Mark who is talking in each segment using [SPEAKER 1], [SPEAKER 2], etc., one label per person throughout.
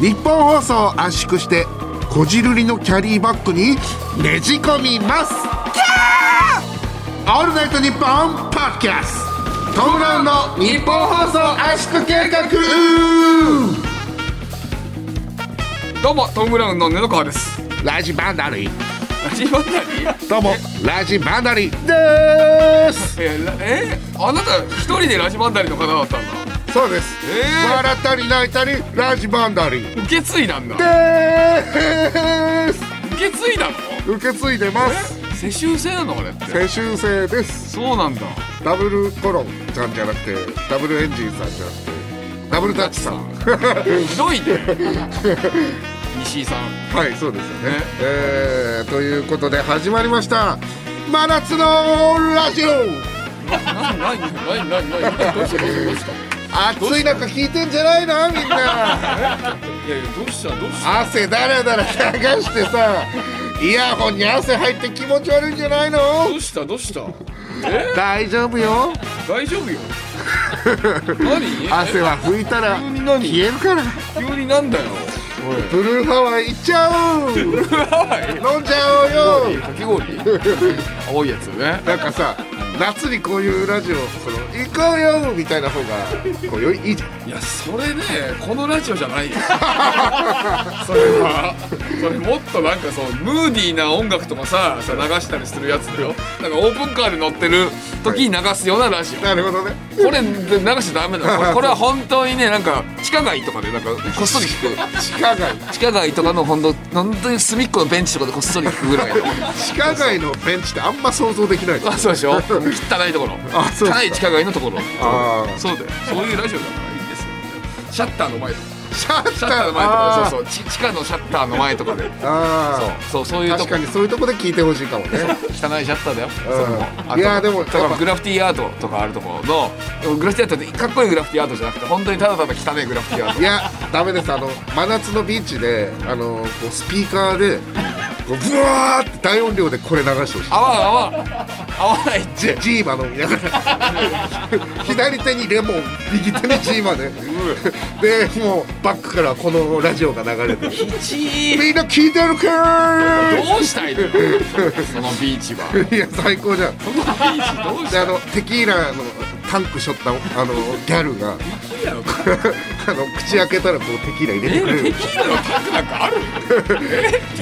[SPEAKER 1] 日本放送を圧縮してこじるりのキャリーバッグにねじ込みますキャーオールナイトニッポンパッキャストムブラウンの日本放送圧縮計画
[SPEAKER 2] どうもトム・ブラウンの布川です
[SPEAKER 1] ラジバンダリ
[SPEAKER 2] 始まった
[SPEAKER 1] どうもラジバンダリです
[SPEAKER 2] えらえあなた一人でラジバンダリの方だったんだ
[SPEAKER 1] そうです、
[SPEAKER 2] えー
[SPEAKER 1] 笑ったり泣いたりラジバンダリで
[SPEAKER 2] 受け継いだんだ
[SPEAKER 1] ー す
[SPEAKER 2] 受け継いだの
[SPEAKER 1] 受け継いでます
[SPEAKER 2] え世襲制なのあれって
[SPEAKER 1] 世襲制です
[SPEAKER 2] そうなんだ
[SPEAKER 1] ダブルコロンちゃんじゃなくてダブルエンジンさんじゃなくてダブルダッチさん
[SPEAKER 2] ひどいね西井さん
[SPEAKER 1] はいそうですよね
[SPEAKER 2] ね
[SPEAKER 1] えーということで始まりました真夏のラジオ
[SPEAKER 2] 何何何何何どうしたどうした
[SPEAKER 1] 暑い中聞いてんじゃないのみん な
[SPEAKER 2] いやいやどうしたどうした
[SPEAKER 1] 汗だらだら流してさイヤホンに汗入って気持ち悪いんじゃないの
[SPEAKER 2] どうしたどうしたえ
[SPEAKER 1] 大丈夫よ
[SPEAKER 2] 大丈夫よ何
[SPEAKER 1] 汗は拭いたら
[SPEAKER 2] 急に何
[SPEAKER 1] 消えるから
[SPEAKER 2] 急になんだよ
[SPEAKER 1] ブルーハワイ行っちゃおう飲ん
[SPEAKER 2] は
[SPEAKER 1] じゃおうよ
[SPEAKER 2] いかき氷青いやつね
[SPEAKER 1] なんかさ夏にこういうラジオその行こうよみたいな方がこうよいいいじゃない
[SPEAKER 2] いやそれねこのラジオじゃないよ それはそれもっとなんかそうムーディーな音楽とかささ流したりするやつだよなんかオープンカーで乗ってる時に流すようなラジオ、
[SPEAKER 1] なるほどね
[SPEAKER 2] これで流しちゃダメ だよこれこれは本当にねなんか地下街とかでなんかこっそり聞く
[SPEAKER 1] 地下街
[SPEAKER 2] 地下街とかの本当本当に隅っこのベンチとかでこっそり聞くぐらい の
[SPEAKER 1] 地下街のベンチってあんま想像できない
[SPEAKER 2] あそうでしょ汚いところ
[SPEAKER 1] あそうですか
[SPEAKER 2] 汚い地下街のところ
[SPEAKER 1] あー
[SPEAKER 2] そうだよそういうラジオだからいいですよシャッターの前とか
[SPEAKER 1] シャッター
[SPEAKER 2] シャッターの前とか
[SPEAKER 1] あー
[SPEAKER 2] そうそうち地下のシャッターの前とかで
[SPEAKER 1] あ
[SPEAKER 2] そうそうそうい
[SPEAKER 1] ー
[SPEAKER 2] うと
[SPEAKER 1] 確
[SPEAKER 2] こ
[SPEAKER 1] かにそういうとこで聞いてほしいかもね
[SPEAKER 2] 汚いシャッターだよ、
[SPEAKER 1] うん
[SPEAKER 2] あと
[SPEAKER 1] いやでも
[SPEAKER 2] だから
[SPEAKER 1] やっぱ
[SPEAKER 2] グラフィティアートとかあるところのでもグラフィティアートってかっこいいグラフィティアートじゃなくて本当にただただ汚いグラフィティアー
[SPEAKER 1] いやダメですあの真夏のビーチであのこうスピーカーでこうブワーって大音量でこれ流してほしい
[SPEAKER 2] ト泡泡泡ないって
[SPEAKER 1] ジジーマ飲みながら左手にレモン右手にジーマで、でもうバックからこのラジオが流れてるみんな聞いてるかー
[SPEAKER 2] どうしたいのよそのビーチは
[SPEAKER 1] いや最高じゃん
[SPEAKER 2] そのビーチどうし
[SPEAKER 1] で
[SPEAKER 2] た
[SPEAKER 1] あ
[SPEAKER 2] いの
[SPEAKER 1] のテキーラのタンクしょったあのギャルがあの口開けたらこうテキーラ入れ
[SPEAKER 2] え
[SPEAKER 1] てくれ
[SPEAKER 2] テ
[SPEAKER 1] る
[SPEAKER 2] キーラのタンクなんかあるえテ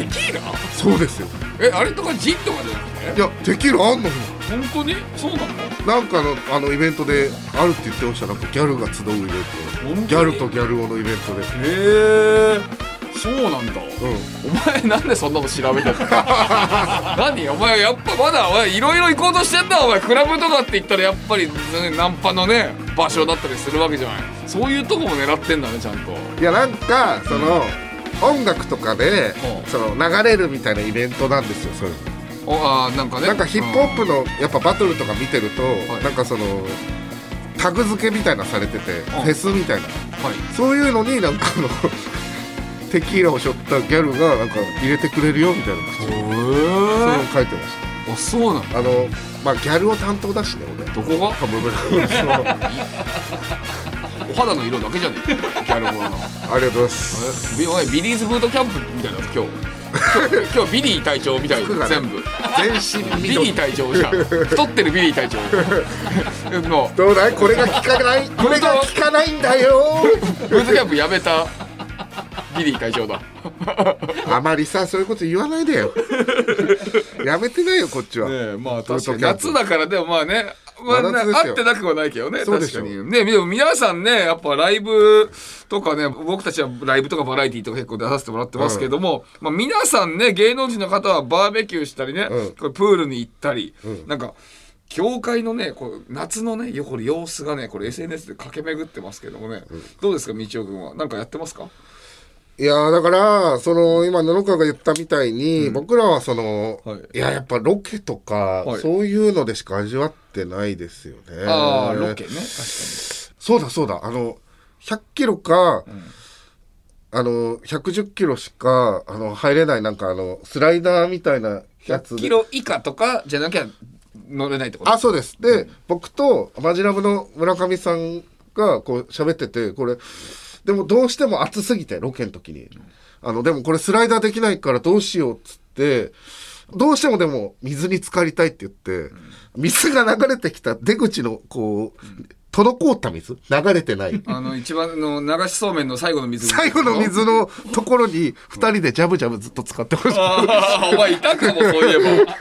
[SPEAKER 2] キーラ
[SPEAKER 1] そうですよ
[SPEAKER 2] えあれとかジンとかじゃなくて
[SPEAKER 1] いやテキーラあんの
[SPEAKER 2] 本当にそうな
[SPEAKER 1] な
[SPEAKER 2] の
[SPEAKER 1] んかのあのイベントであるって言ってましたなんかギャルが集うイベン
[SPEAKER 2] 本当
[SPEAKER 1] ト
[SPEAKER 2] に
[SPEAKER 1] ギャルとギャル男のイベントで
[SPEAKER 2] へえそうなんだ、お前なんでそんなの 調べてたの何お前やっぱまだお前いろいろ行こうとしてんだお前クラブとかって言ったらやっぱり、ね、ナンパのね場所だったりするわけじゃないそういうとこも狙ってんだねちゃんと
[SPEAKER 1] いやなんかその音楽とかで
[SPEAKER 2] うん
[SPEAKER 1] その流れるみたいなイベントなんですよそれ
[SPEAKER 2] おあーなんかね
[SPEAKER 1] なんかヒップホップのやっぱバトルとか見てると
[SPEAKER 2] はい
[SPEAKER 1] なんかそのタグ付けみたいなされててフ
[SPEAKER 2] ん
[SPEAKER 1] ェスみたいな
[SPEAKER 2] うんはい
[SPEAKER 1] そういうのになんかあの テキーラを背負ったギャルがなんか入れてくれるよみたいな口そういうの書いてまし
[SPEAKER 2] あそうなの
[SPEAKER 1] たあのまあギャルを担当だしね俺
[SPEAKER 2] どこが
[SPEAKER 1] トム・ブ ラウンの
[SPEAKER 2] お肌の色だけじゃねえギャル モアの
[SPEAKER 1] ありがとうございます
[SPEAKER 2] えびおいビリーズブートキャンプみたいなの今日今日今日ビリー隊長みたい
[SPEAKER 1] 服が
[SPEAKER 2] な
[SPEAKER 1] ね
[SPEAKER 2] 全部
[SPEAKER 1] 全身
[SPEAKER 2] ビリ
[SPEAKER 1] 緑
[SPEAKER 2] ー隊長じゃん太ってるビリー隊長 も
[SPEAKER 1] どうだいこれが効かないこれが効かないんだよ
[SPEAKER 2] うブートキャンプやめたビリー隊長だ
[SPEAKER 1] あまりさそういうこと言わないで よやめてないよこっちは、
[SPEAKER 2] ねえまあ
[SPEAKER 1] ブー
[SPEAKER 2] 確
[SPEAKER 1] ト
[SPEAKER 2] か
[SPEAKER 1] キャンプ
[SPEAKER 2] に夏だからでもまあねまあ、
[SPEAKER 1] 真
[SPEAKER 2] な
[SPEAKER 1] 夏です
[SPEAKER 2] あ
[SPEAKER 1] よ
[SPEAKER 2] ってなくはないけどね
[SPEAKER 1] そうで
[SPEAKER 2] 確
[SPEAKER 1] し
[SPEAKER 2] か
[SPEAKER 1] ょ
[SPEAKER 2] にねでも皆さんねやっぱライブとかね僕たちはライブとかバラエティとか結構出させてもらってますけども、まあ、皆さんね芸能人の方はバーベキューしたりね、
[SPEAKER 1] うん
[SPEAKER 2] これプールに行ったり、なんか教会のねこう夏のねよこれ様子がねこれ SNS で駆け巡ってますけどもね、どうですか道夫君はなんかやってますか
[SPEAKER 1] いやーだからその今野々川が言ったみたいに、僕らはその、
[SPEAKER 2] はい
[SPEAKER 1] い、ややっぱロケとか、
[SPEAKER 2] はい
[SPEAKER 1] そういうのでしか味わってないですよね
[SPEAKER 2] ああロケね確か
[SPEAKER 1] そうだそうだあの100キロか、あの110キロしかあの入れないなんかあのスライダーみたいなやつ
[SPEAKER 2] に
[SPEAKER 1] で
[SPEAKER 2] キロ以下とかじゃなきゃ乗れないってこと
[SPEAKER 1] あそうですで、僕とマジラブの村上さんがこう喋っててこれでもどうしても暑すぎてロケの時にあのでもこれスライダーできないからどうしようっつってどうしてもでも水に浸かりたいって言って水が流れてきた出口のこう滞った水流れてない
[SPEAKER 2] あの一番の流しそうめんの最後の水
[SPEAKER 1] 最後の水のところに2人でジャブジャブずっと使ってほしい
[SPEAKER 2] ああお前いた かもそういえば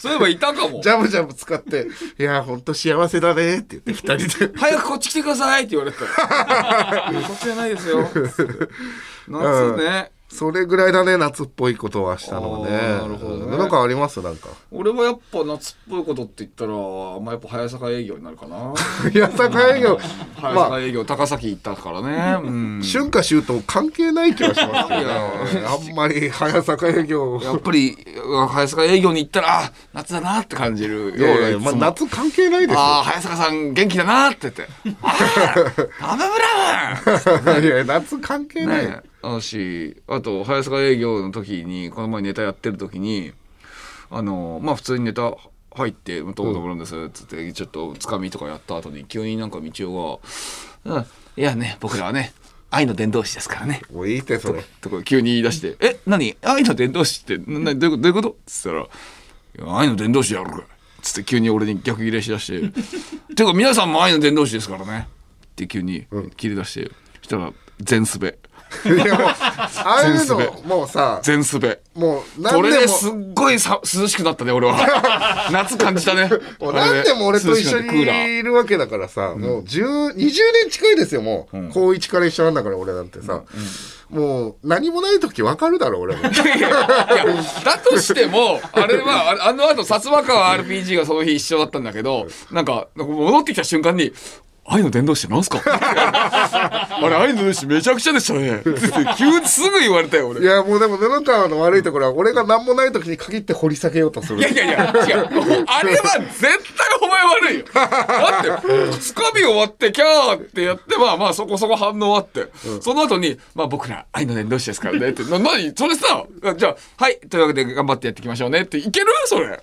[SPEAKER 2] そういえばいたかも
[SPEAKER 1] ジャブジャブ使って「いやほんと幸せだね」って言って2人で
[SPEAKER 2] 早くこっち来てくださいって言われてたこっちじゃないですよ 夏ね、
[SPEAKER 1] それぐらいだね夏っぽいことはしたのはね
[SPEAKER 2] あーなるほどね
[SPEAKER 1] なんかありますなんか
[SPEAKER 2] 俺はやっぱ夏っぽいことって言ったらまあやっぱ早坂営業になるかな
[SPEAKER 1] いや栄営業
[SPEAKER 2] 早
[SPEAKER 1] ま
[SPEAKER 2] 坂営業高崎行ったからねうん
[SPEAKER 1] あ春夏秋冬関係ない気はしますけど
[SPEAKER 2] い
[SPEAKER 1] ね
[SPEAKER 2] や
[SPEAKER 1] あんまり早坂営業
[SPEAKER 2] やっぱり早坂営業に行ったらあ夏だなって感じるよう
[SPEAKER 1] いやいや
[SPEAKER 2] つ
[SPEAKER 1] ま
[SPEAKER 2] も
[SPEAKER 1] あ夏関係ないです
[SPEAKER 2] ああ早坂さん元気だなって言って「ああアブブラ
[SPEAKER 1] よ いや夏関係
[SPEAKER 2] マ
[SPEAKER 1] な
[SPEAKER 2] ン!」
[SPEAKER 1] い
[SPEAKER 2] ねあしあと早坂営業の時にこの前ネタやってる時にあのまあ普通にネタ入って「どうもどうもなんです」っつってちょっとつかみとかやった後に急になんか道夫が「うんいやね僕らはね愛の伝道師ですからね」
[SPEAKER 1] もういいってそれ
[SPEAKER 2] とか急に言い出して「え何愛の伝道師ってななどういうことどういうこと?」っつったら「いや愛の伝道師やろうか」つって急に俺に逆ギレしだして 「ていうか皆さんも愛の伝道師ですからね」って急に切り出して、そしたら全すべ
[SPEAKER 1] いやもうああいうのもうさ
[SPEAKER 2] 全すべ
[SPEAKER 1] もう
[SPEAKER 2] こ
[SPEAKER 1] 何
[SPEAKER 2] れ
[SPEAKER 1] で
[SPEAKER 2] で
[SPEAKER 1] も
[SPEAKER 2] すっごいさ涼しくなったね 俺は夏感じたね
[SPEAKER 1] もう何でも俺と一緒
[SPEAKER 2] これで涼しくなってクーラー
[SPEAKER 1] にいるわけだからさ、もう10 20年近いですよもう、高1から一緒なんだから俺なんてさ、もう何もない時わかるだろ俺も
[SPEAKER 2] いやだとしても、あれは、ああの後、薩摩川 RPG がその日一緒だったんだけど、なんか、なんか戻ってきた瞬間に、愛の伝道師ってなん すかあれ、愛の伝道師めちゃくちゃでしたね。って急にすぐ言われたよ、俺。
[SPEAKER 1] い
[SPEAKER 2] い
[SPEAKER 1] やもうでも布川の悪いところは俺が何もない時に限って掘り下げようとする
[SPEAKER 2] やいやいや、違う。あれは絶対お前悪いよ。だって、つかみ終わって、キャーってやって、まあまあそこそこ反応あって、その後に、まあ僕ら愛の伝道師ですからねって、な、なにそれさ、じゃあ、はい、というわけで頑張ってやっていきましょうねって、いけるそれ。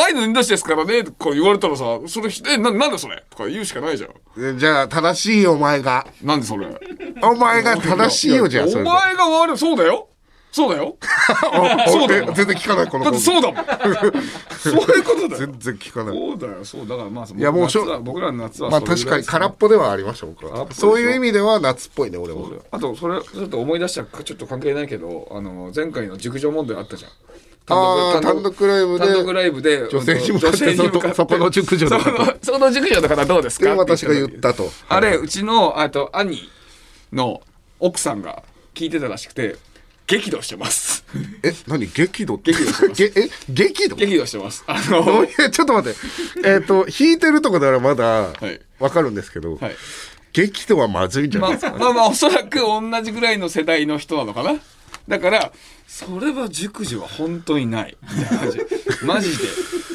[SPEAKER 2] 愛の伝道師ですからね、こう言われたらさ、それ、え、な、なんだそれとか言うしかないじゃん。
[SPEAKER 1] じゃあ正しいよお前が
[SPEAKER 2] なんでそれ。
[SPEAKER 1] お前が正しいよじゃあ
[SPEAKER 2] お
[SPEAKER 1] それ
[SPEAKER 2] 前
[SPEAKER 1] で
[SPEAKER 2] が悪い、そうだよ。そうだよ。
[SPEAKER 1] お
[SPEAKER 2] そうだ
[SPEAKER 1] え
[SPEAKER 2] よ
[SPEAKER 1] 全然聞かないこの
[SPEAKER 2] だってそう だもん。そういうことだよ。
[SPEAKER 1] 全然聞かない
[SPEAKER 2] そうだよ、そうだからまあ、い
[SPEAKER 1] やもうしょ
[SPEAKER 2] 僕らの夏は
[SPEAKER 1] まあ
[SPEAKER 2] それぐらい
[SPEAKER 1] 確かに
[SPEAKER 2] ですね
[SPEAKER 1] 空っぽではありました僕
[SPEAKER 2] 空っぽ
[SPEAKER 1] は
[SPEAKER 2] でしょ
[SPEAKER 1] そういう意味では夏っぽいね俺も
[SPEAKER 2] あとそれちょっと思い出したかちょっと関係ないけどあの前回の熟女問題あったじゃん
[SPEAKER 1] あー単
[SPEAKER 2] 単
[SPEAKER 1] 独
[SPEAKER 2] 独ライブで
[SPEAKER 1] 女性に向かって
[SPEAKER 2] 女性に向
[SPEAKER 1] そ
[SPEAKER 2] か
[SPEAKER 1] こそこの熟女の方
[SPEAKER 2] そこのその熟女の方どうですか
[SPEAKER 1] で私が言ったと
[SPEAKER 2] あれうちのあと兄の奥さんが聞いてたらしくて激怒してます
[SPEAKER 1] え何激怒って げえ激怒
[SPEAKER 2] 激怒してますあ
[SPEAKER 1] どう
[SPEAKER 2] の
[SPEAKER 1] いうちょっと待って。えっ、と、弾いてるとかならまだ
[SPEAKER 2] い、
[SPEAKER 1] わかるんですけど、
[SPEAKER 2] はい
[SPEAKER 1] 激怒はまずいんじゃない
[SPEAKER 2] ま
[SPEAKER 1] ですか。
[SPEAKER 2] あ、 まあまあおそらく同じぐらいの世代の人なのかなだからそれは熟女は本当にないみたいな感じ マジで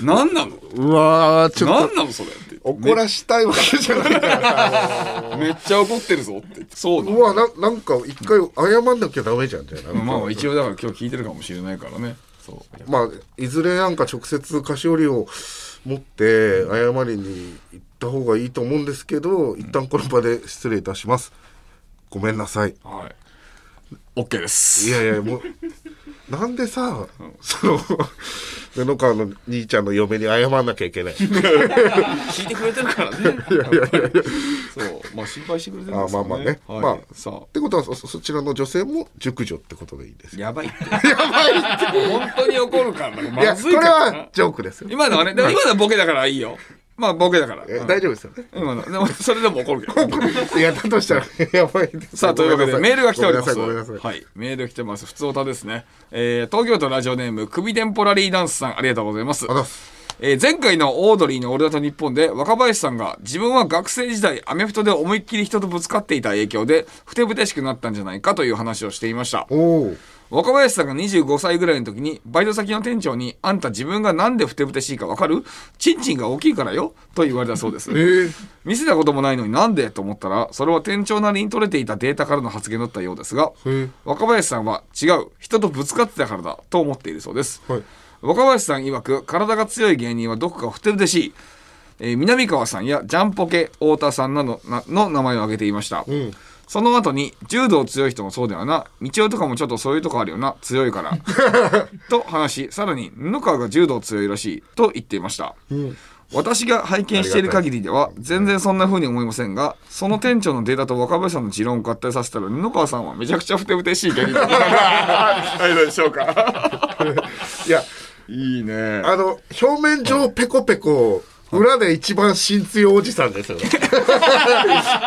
[SPEAKER 2] 何なの
[SPEAKER 1] うわー、ちょっ
[SPEAKER 2] 何なのそれって
[SPEAKER 1] と、怒らしたいわけじゃないから。
[SPEAKER 2] めっちゃ怒ってるぞって言ってそうな
[SPEAKER 1] うわ、ななんか一回謝んなきゃダメじゃんじゃない、
[SPEAKER 2] まあまあ一応だから今日聞いてるかもしれないからねそう
[SPEAKER 1] まあ、いずれなんか直接菓子折りを持って謝りに行った方がいいと思うんですけど、一旦この場で失礼いたします。ごめんなさい。
[SPEAKER 2] はい OK で
[SPEAKER 1] い
[SPEAKER 2] す
[SPEAKER 1] やいやもうなんでさ、その布川の兄ちゃんの嫁に謝んなきゃいけない
[SPEAKER 2] 聞いてくれてるからねいやいやいやそうまあ心配してくれてるんですよ
[SPEAKER 1] あまあまあね
[SPEAKER 2] はい
[SPEAKER 1] まあ
[SPEAKER 2] さあ
[SPEAKER 1] ってことはそそちらの女性も熟女ってことでいいですよ
[SPEAKER 2] やばいって やばいって本当に怒るから
[SPEAKER 1] いや
[SPEAKER 2] ま
[SPEAKER 1] こ
[SPEAKER 2] ずい
[SPEAKER 1] れ
[SPEAKER 2] から
[SPEAKER 1] は
[SPEAKER 2] な
[SPEAKER 1] ジョークですよ
[SPEAKER 2] 今のはねでも今のはボケだからいいよまあボケだから、
[SPEAKER 1] え
[SPEAKER 2] うん
[SPEAKER 1] 大丈夫ですよね
[SPEAKER 2] 今のでもそれでも怒るけど
[SPEAKER 1] いやだとしたら やばいです
[SPEAKER 2] さあというわけでメールが来ております。
[SPEAKER 1] ごめんなさいごめんなさい
[SPEAKER 2] はい、メール来てます。普通歌ですね。えー、東京都ラジオネーム首テンポラリーダンスさんありがとうございます
[SPEAKER 1] あ。ざっす
[SPEAKER 2] えー前回のオードリーの「オールナイトニッポン」で若林さんが自分は学生時代アメフトで思いっきり人とぶつかっていた影響でふてぶてしくなったんじゃないかという話をしていました
[SPEAKER 1] おお
[SPEAKER 2] 若林さんが25歳ぐらいの時にバイト先の店長に「あんた自分がなんでふてぶてしいかわかるチンチンが大きいからよ」と言われたそうです
[SPEAKER 1] えー、
[SPEAKER 2] 見せたこともないのになんでと思ったらそれは店長なりに取れていたデータからの発言だったようですが
[SPEAKER 1] へえ
[SPEAKER 2] 若林さんは違う人とぶつかってたからだと思っているそうです、
[SPEAKER 1] はい
[SPEAKER 2] 若林さん曰く体が強い芸人はどこかふてぶてしい、えー南川さんやジャンポケ太田さんなどなの名前を挙げていました、その後に、柔道強い人もそうだよな。道夫とかもちょっとそういうとこあるよな。強い から。と話し、さらに、布川が柔道強いらしい。と言っていました。私が拝見している限りでは、全然そんな風に思いませんが、その店長のデータと若林さんの持論を合体させたら、布川さんはめちゃくちゃふてぶてしい芸 人だはい、どうでしょうか。
[SPEAKER 1] いや
[SPEAKER 2] いいね。
[SPEAKER 1] あの表面上ペコペコ裏で一番真髄おじさんですよね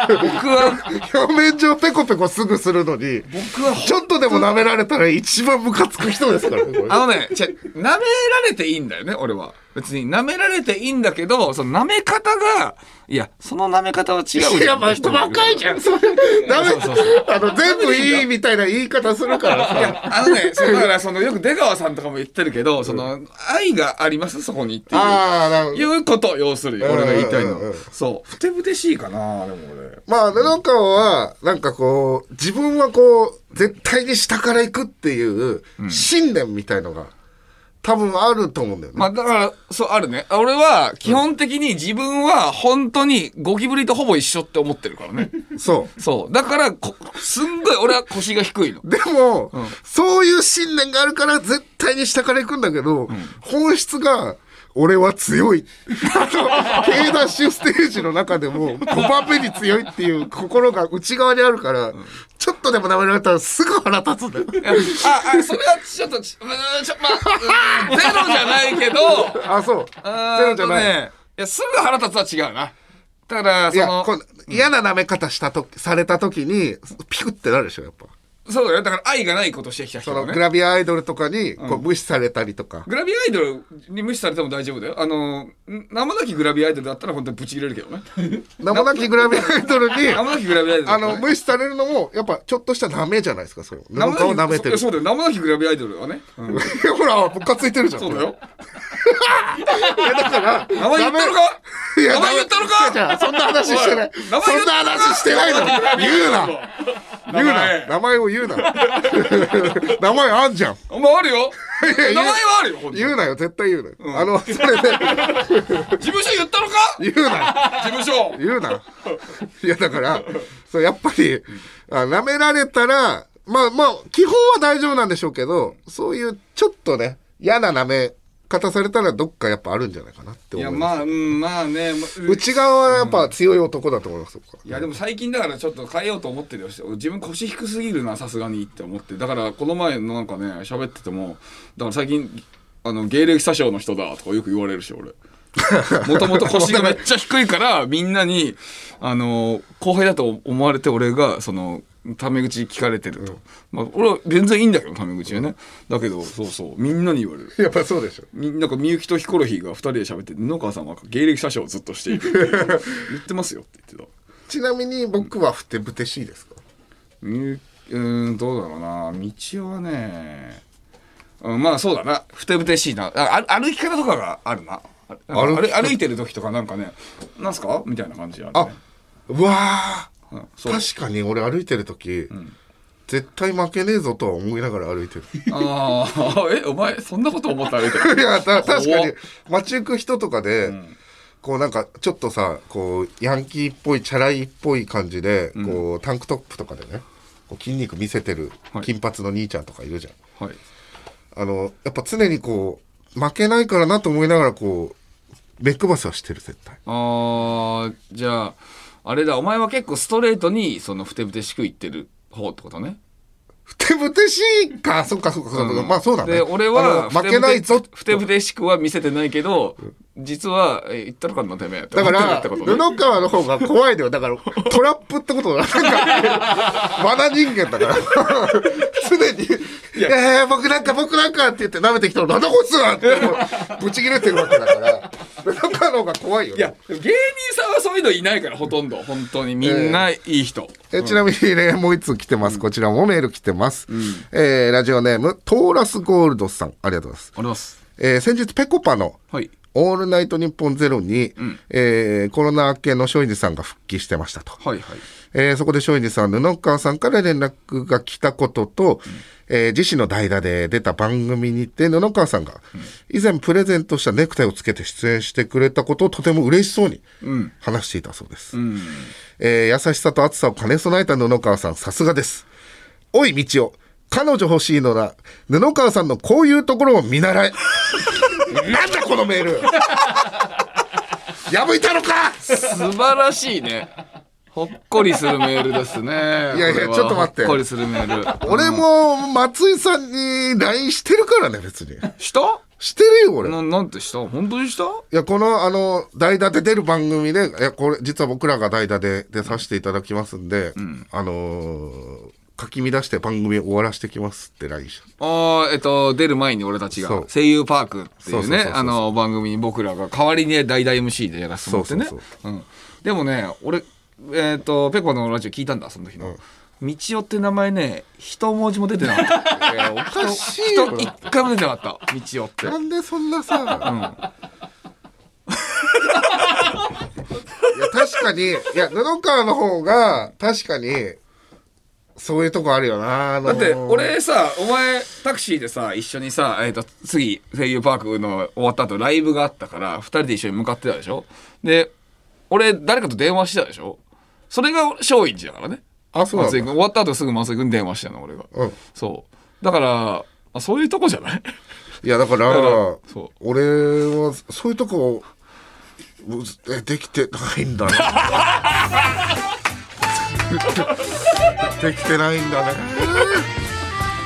[SPEAKER 2] 僕は、
[SPEAKER 1] 表面上ペコペコすぐするのに
[SPEAKER 2] 僕は
[SPEAKER 1] ちょっとでも舐められたら一番ムカつく人ですからねこれ
[SPEAKER 2] あのね、ちょ、舐められていいんだよね、俺は。別に舐められていいんだけど、その舐め方が、いや、その舐め方は違うよ。
[SPEAKER 1] い や、まあ、人若いじゃん。それ、ダメ。あの、全部いいみたいな言い方するから
[SPEAKER 2] い
[SPEAKER 1] さ。
[SPEAKER 2] や、あのね、そうだからその、よく出川さんとかも言ってるけど、その、愛があります、そこにっていう。
[SPEAKER 1] ああ、なるほど。
[SPEAKER 2] いうこと、要するに、俺が言いたいの
[SPEAKER 1] うんうんうんうん。
[SPEAKER 2] そう。ふてぶてしいかな、でも俺。
[SPEAKER 1] まあ、布川は、なんかこう、自分はこう、絶対に下から行くっていう、信念みたいのが、多分あると思うんだよね。
[SPEAKER 2] まあだから、そう、あるね。俺は、基本的に自分は、本当に、ゴキブリとほぼ一緒って思ってるからね。
[SPEAKER 1] そ
[SPEAKER 2] そう。だから、こ、すんごい、俺は腰が低いの
[SPEAKER 1] う。。でも、そういう信念があるから、絶対に下から行くんだけど、本質が、俺は強い。 あと、K ダッシュステージの中でも、5番目に強いっていう心が内側にあるから、ちょっとでも舐められたらすぐ腹立つんだよ。
[SPEAKER 2] あ、あ、それはちょっと、ちうーんちょ、まあ、うーんゼロじゃないけど、
[SPEAKER 1] あ、そう。ゼロじゃない。
[SPEAKER 2] うーんとね。いや、すぐ腹立つは違うな。だから、
[SPEAKER 1] い
[SPEAKER 2] そ
[SPEAKER 1] や、
[SPEAKER 2] の、
[SPEAKER 1] こう嫌な舐め方したと、された時に、ピクってなるでしょ、やっぱ。
[SPEAKER 2] そうだよ。だから愛がないことしてきた人
[SPEAKER 1] その
[SPEAKER 2] が
[SPEAKER 1] グ
[SPEAKER 2] ね。
[SPEAKER 1] ラビアアイドルとかに、こう、無視されたりとか。
[SPEAKER 2] グラビアアイドルに無視されても大丈夫だよ。あの、ん生なきグラビアアイドルだったら本当にブチ切れるけど ね。
[SPEAKER 1] 名もなきグラビアアイドルに、
[SPEAKER 2] 生なきグラビアアイドルだ
[SPEAKER 1] あ
[SPEAKER 2] ったらね、
[SPEAKER 1] の、無視されるのも、やっぱ、ちょっとした舐めじゃないですか、それ。
[SPEAKER 2] 生
[SPEAKER 1] 布
[SPEAKER 2] な
[SPEAKER 1] 川を
[SPEAKER 2] き
[SPEAKER 1] 舐めてる。
[SPEAKER 2] そうそうだよ。生なきグラビアアイドルはね。うん
[SPEAKER 1] ほら、ムカついてるじゃん。
[SPEAKER 2] そうだよ。
[SPEAKER 1] これ。いやだから、
[SPEAKER 2] 名前言ったの
[SPEAKER 1] 舐
[SPEAKER 2] か
[SPEAKER 1] めいや
[SPEAKER 2] 名前言ったの
[SPEAKER 1] めじゃ
[SPEAKER 2] か
[SPEAKER 1] あそんな話してない。
[SPEAKER 2] おい名前
[SPEAKER 1] そ
[SPEAKER 2] 言
[SPEAKER 1] ん
[SPEAKER 2] っ
[SPEAKER 1] な
[SPEAKER 2] たのか
[SPEAKER 1] 話してないのに。言うな。言う
[SPEAKER 2] 名
[SPEAKER 1] な。
[SPEAKER 2] 前
[SPEAKER 1] 名前を言うな。 名前あんじゃん。
[SPEAKER 2] お前あるよ。
[SPEAKER 1] や言う
[SPEAKER 2] 名前はあるよ、本当に
[SPEAKER 1] 言うなよ、絶対言うなよ。あの、それで、
[SPEAKER 2] 事務所言ったのか
[SPEAKER 1] 言うな。
[SPEAKER 2] 事務所。
[SPEAKER 1] 言うな。いや、だから、そう、やっぱり、あ舐められたら、まあまあ、基本は大丈夫なんでしょうけど、そういうちょっとね、嫌な舐め方されたらどっかやっぱあるんじゃないかなって
[SPEAKER 2] い
[SPEAKER 1] 思
[SPEAKER 2] や
[SPEAKER 1] います。
[SPEAKER 2] まあうんまあねまう
[SPEAKER 1] 内側はやっぱ強い男だと思います、僕はい
[SPEAKER 2] やでも最近だからちょっと変えようと思ってるよ自分腰低すぎるなさすがにって思ってだからこの前のなんかね喋っててもだから最近あの芸歴詐称の人だとかよく言われるし 俺もともと腰がめっちゃ低いからみんなにあの後輩だと思われて俺がそのタメ口聞かれてると、まあ俺は全然いいんだけどタメ口はねだけどそうそうみんなに言われる
[SPEAKER 1] やっぱそうでしょ。
[SPEAKER 2] みなんかみゆきとヒコロヒーが2人で喋って布川さんは芸歴詐称をずっとしているっていう言ってますよって言ってた
[SPEAKER 1] ちなみに僕はふてぶてしいですか
[SPEAKER 2] みゆうーんどうだろうな道はねうんまあそうだなふてぶてしいなああ歩き方とかがあるなあなん
[SPEAKER 1] 歩
[SPEAKER 2] か
[SPEAKER 1] き
[SPEAKER 2] 歩歩いてる時とかなんかね「なんすか?」みたいな感じある、
[SPEAKER 1] あ
[SPEAKER 2] ね、、
[SPEAKER 1] うわー。
[SPEAKER 2] うんそう
[SPEAKER 1] 確かに俺歩いてる時、絶対負けねえぞとは思いながら歩いてる。
[SPEAKER 2] ああ えお前そんなこと思って歩いて
[SPEAKER 1] い
[SPEAKER 2] る
[SPEAKER 1] や、た確か
[SPEAKER 2] 怖
[SPEAKER 1] に
[SPEAKER 2] っ、
[SPEAKER 1] 街行く人とかで、こうなんか、ちょっとさ、こう、ヤンキーっぽい、チャラいっぽい感じで、こう、タンクトップとかでね、こう筋肉見せてる
[SPEAKER 2] はい
[SPEAKER 1] 金髪の兄ちゃんとかいるじゃん。
[SPEAKER 2] はい
[SPEAKER 1] あの、やっぱ常にこう、負けないからなと思いながら、こう、目配せはしてる、絶対。
[SPEAKER 2] あーじゃああれだお前は結構ストレートにそのふてぶてしく言ってる方ってことね
[SPEAKER 1] ふてぶてしいか、そっかそっかそっか、
[SPEAKER 2] ん
[SPEAKER 1] まあそうだね。
[SPEAKER 2] で、俺は、
[SPEAKER 1] あの負けないぞ。
[SPEAKER 2] ふてぶてしくは見せてないけど、実は、え言ったのかな、てめえ。
[SPEAKER 1] だか
[SPEAKER 2] 思っ
[SPEAKER 1] ら、
[SPEAKER 2] てるってことね
[SPEAKER 1] 布川の方が怖いのよ。だから、トラップってことだ。なんか、まだ人間だから。常に、いやいや、僕なんか、僕なんかって言って舐めてきたの、なんだこいつはって、もうぶち切れてるわけだから、布川の方が怖いよ、
[SPEAKER 2] いや
[SPEAKER 1] ね。、
[SPEAKER 2] でも芸人さんはそういうのいないから、ほとんど。本当に。みんないい人。
[SPEAKER 1] えちなみにね、もう一通来てます。こちらもメール来てます。えーラジオネーム、トーラスゴールドさん。ありがとうございます。
[SPEAKER 2] あります。
[SPEAKER 1] えー先日、ぺこぱの
[SPEAKER 2] はい。
[SPEAKER 1] オールナイトニッポンゼロに、えーコロナ明けの松陰寺さんが復帰してましたと。
[SPEAKER 2] はいはい。
[SPEAKER 1] えーそこで松陰寺さん、布川さんから連絡が来たことと、えー自身の代打で出た番組にて、布川さんが、以前プレゼントしたネクタイをつけて出演してくれたことをとても嬉しそうに話していたそうです。えー優しさと熱さを兼ね備えた布川さん、さすがです。おい、道を。彼女欲しいのなら、布川さんのこういうところを見 習え。なんだこのメール破いたのか
[SPEAKER 2] 素晴らしいね。ほっこりするメールですね。い
[SPEAKER 1] やいやちょっと待って
[SPEAKER 2] ほっこりするメール。
[SPEAKER 1] 俺も松井さんに LINE してるからね、別に。
[SPEAKER 2] した
[SPEAKER 1] してるよ、俺。い
[SPEAKER 2] ななんてした本当にした
[SPEAKER 1] や、この、あの、代打で出る番組で、いや、これ、実は僕らが代打で出させていただきますんで、あのー書き乱して番組終わらしてきますって LINE し
[SPEAKER 2] あーえっと、出る前に俺たち
[SPEAKER 1] そ
[SPEAKER 2] が
[SPEAKER 1] う、
[SPEAKER 2] 声優パークっ
[SPEAKER 1] そう
[SPEAKER 2] てい
[SPEAKER 1] そう
[SPEAKER 2] う
[SPEAKER 1] そう
[SPEAKER 2] ね
[SPEAKER 1] そう、
[SPEAKER 2] あの、番組に僕らが代わりに代打 MC でやらせてもらってね。
[SPEAKER 1] そうそう
[SPEAKER 2] うんでもね、俺、えっと、ペコのラジオ聞いたんだ、その時の。みちおって名前ね、一文字も出てな かった。いや、お
[SPEAKER 1] かしいよ
[SPEAKER 2] 一回も出てなかった、みちおって
[SPEAKER 1] た。。なんでそんな さ、いや、確かに、いや、布川の方が、確かに、そういうとこあるよな、あの
[SPEAKER 2] だ
[SPEAKER 1] ー
[SPEAKER 2] って俺さお前タクシーでさ一緒にさ、えー、と次声優パークの終わった後ライブがあったから2人で一緒に向かってたでしょで俺誰かと電話してたでしょそれが松陰寺だからね
[SPEAKER 1] あ、そうなん
[SPEAKER 2] 松井
[SPEAKER 1] だ
[SPEAKER 2] 君終わった後すぐ松井君に電話してたの俺が、
[SPEAKER 1] うん
[SPEAKER 2] そうだからあそういうとこじゃ ない
[SPEAKER 1] いやだから
[SPEAKER 2] だからそう
[SPEAKER 1] 俺はそういうとこうずえできてないんだねできてないんだね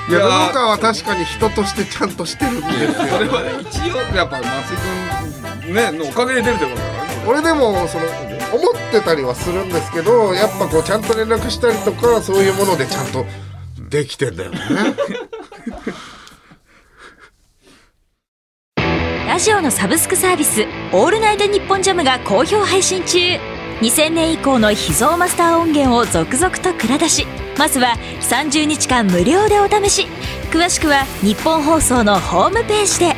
[SPEAKER 1] いや
[SPEAKER 2] いやー
[SPEAKER 1] 農家は確かに人としてちゃんとしてるんですよ
[SPEAKER 2] それはね一応やっぱ松井君ねのおかげで出るってことだからね
[SPEAKER 1] 俺でもその思ってたりはするんですけどやっぱこうちゃんと連絡したりとかそういうものでちゃんとできてんだよね
[SPEAKER 3] ラジオのサブスクサービス「オールナイトニッポンジャム」が好評配信中2000年以降の秘蔵マスター音源を続々と蔵出しまずは30日間無料でお試し詳しくは日本放送のホームページで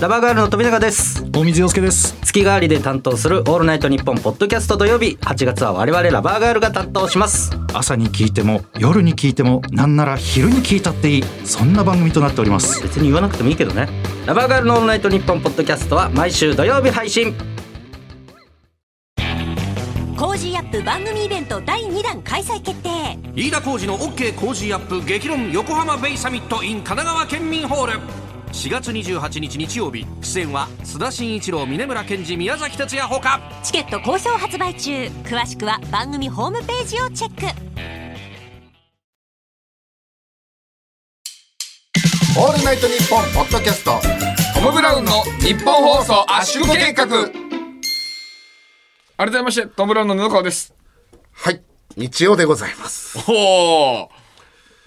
[SPEAKER 4] ラバーガールの富永です
[SPEAKER 5] 大水洋介です
[SPEAKER 4] 月替わりで担当する「オールナイトニッポン」ポッドキャスト土曜日8月は我々ラバーガールが担当します
[SPEAKER 5] 朝に聞いても夜に聞いてもなんなら昼に聞いたっていいそんな番組となっております
[SPEAKER 4] 別に言わなくてもいいけどねラバーガールの「オールナイトニッポン」ポッドキャストは毎週土曜日配信
[SPEAKER 3] コージーアップ番組イベント第2弾開催決定
[SPEAKER 6] 飯田浩二の OK 工事アップ激論横浜ベイサミット in 神奈川県民ホール4月28日日曜日出演は須田慎一郎峯村健二宮崎哲也ほか
[SPEAKER 3] チケット好評発売中詳しくは番組ホームページをチェック
[SPEAKER 1] 「オールナイトニッポン」ポッドキャスト
[SPEAKER 2] トム・ブラウンの日本放送圧縮計画改めましてトム・ブラウンの布川です
[SPEAKER 1] はい日曜でございます
[SPEAKER 2] おお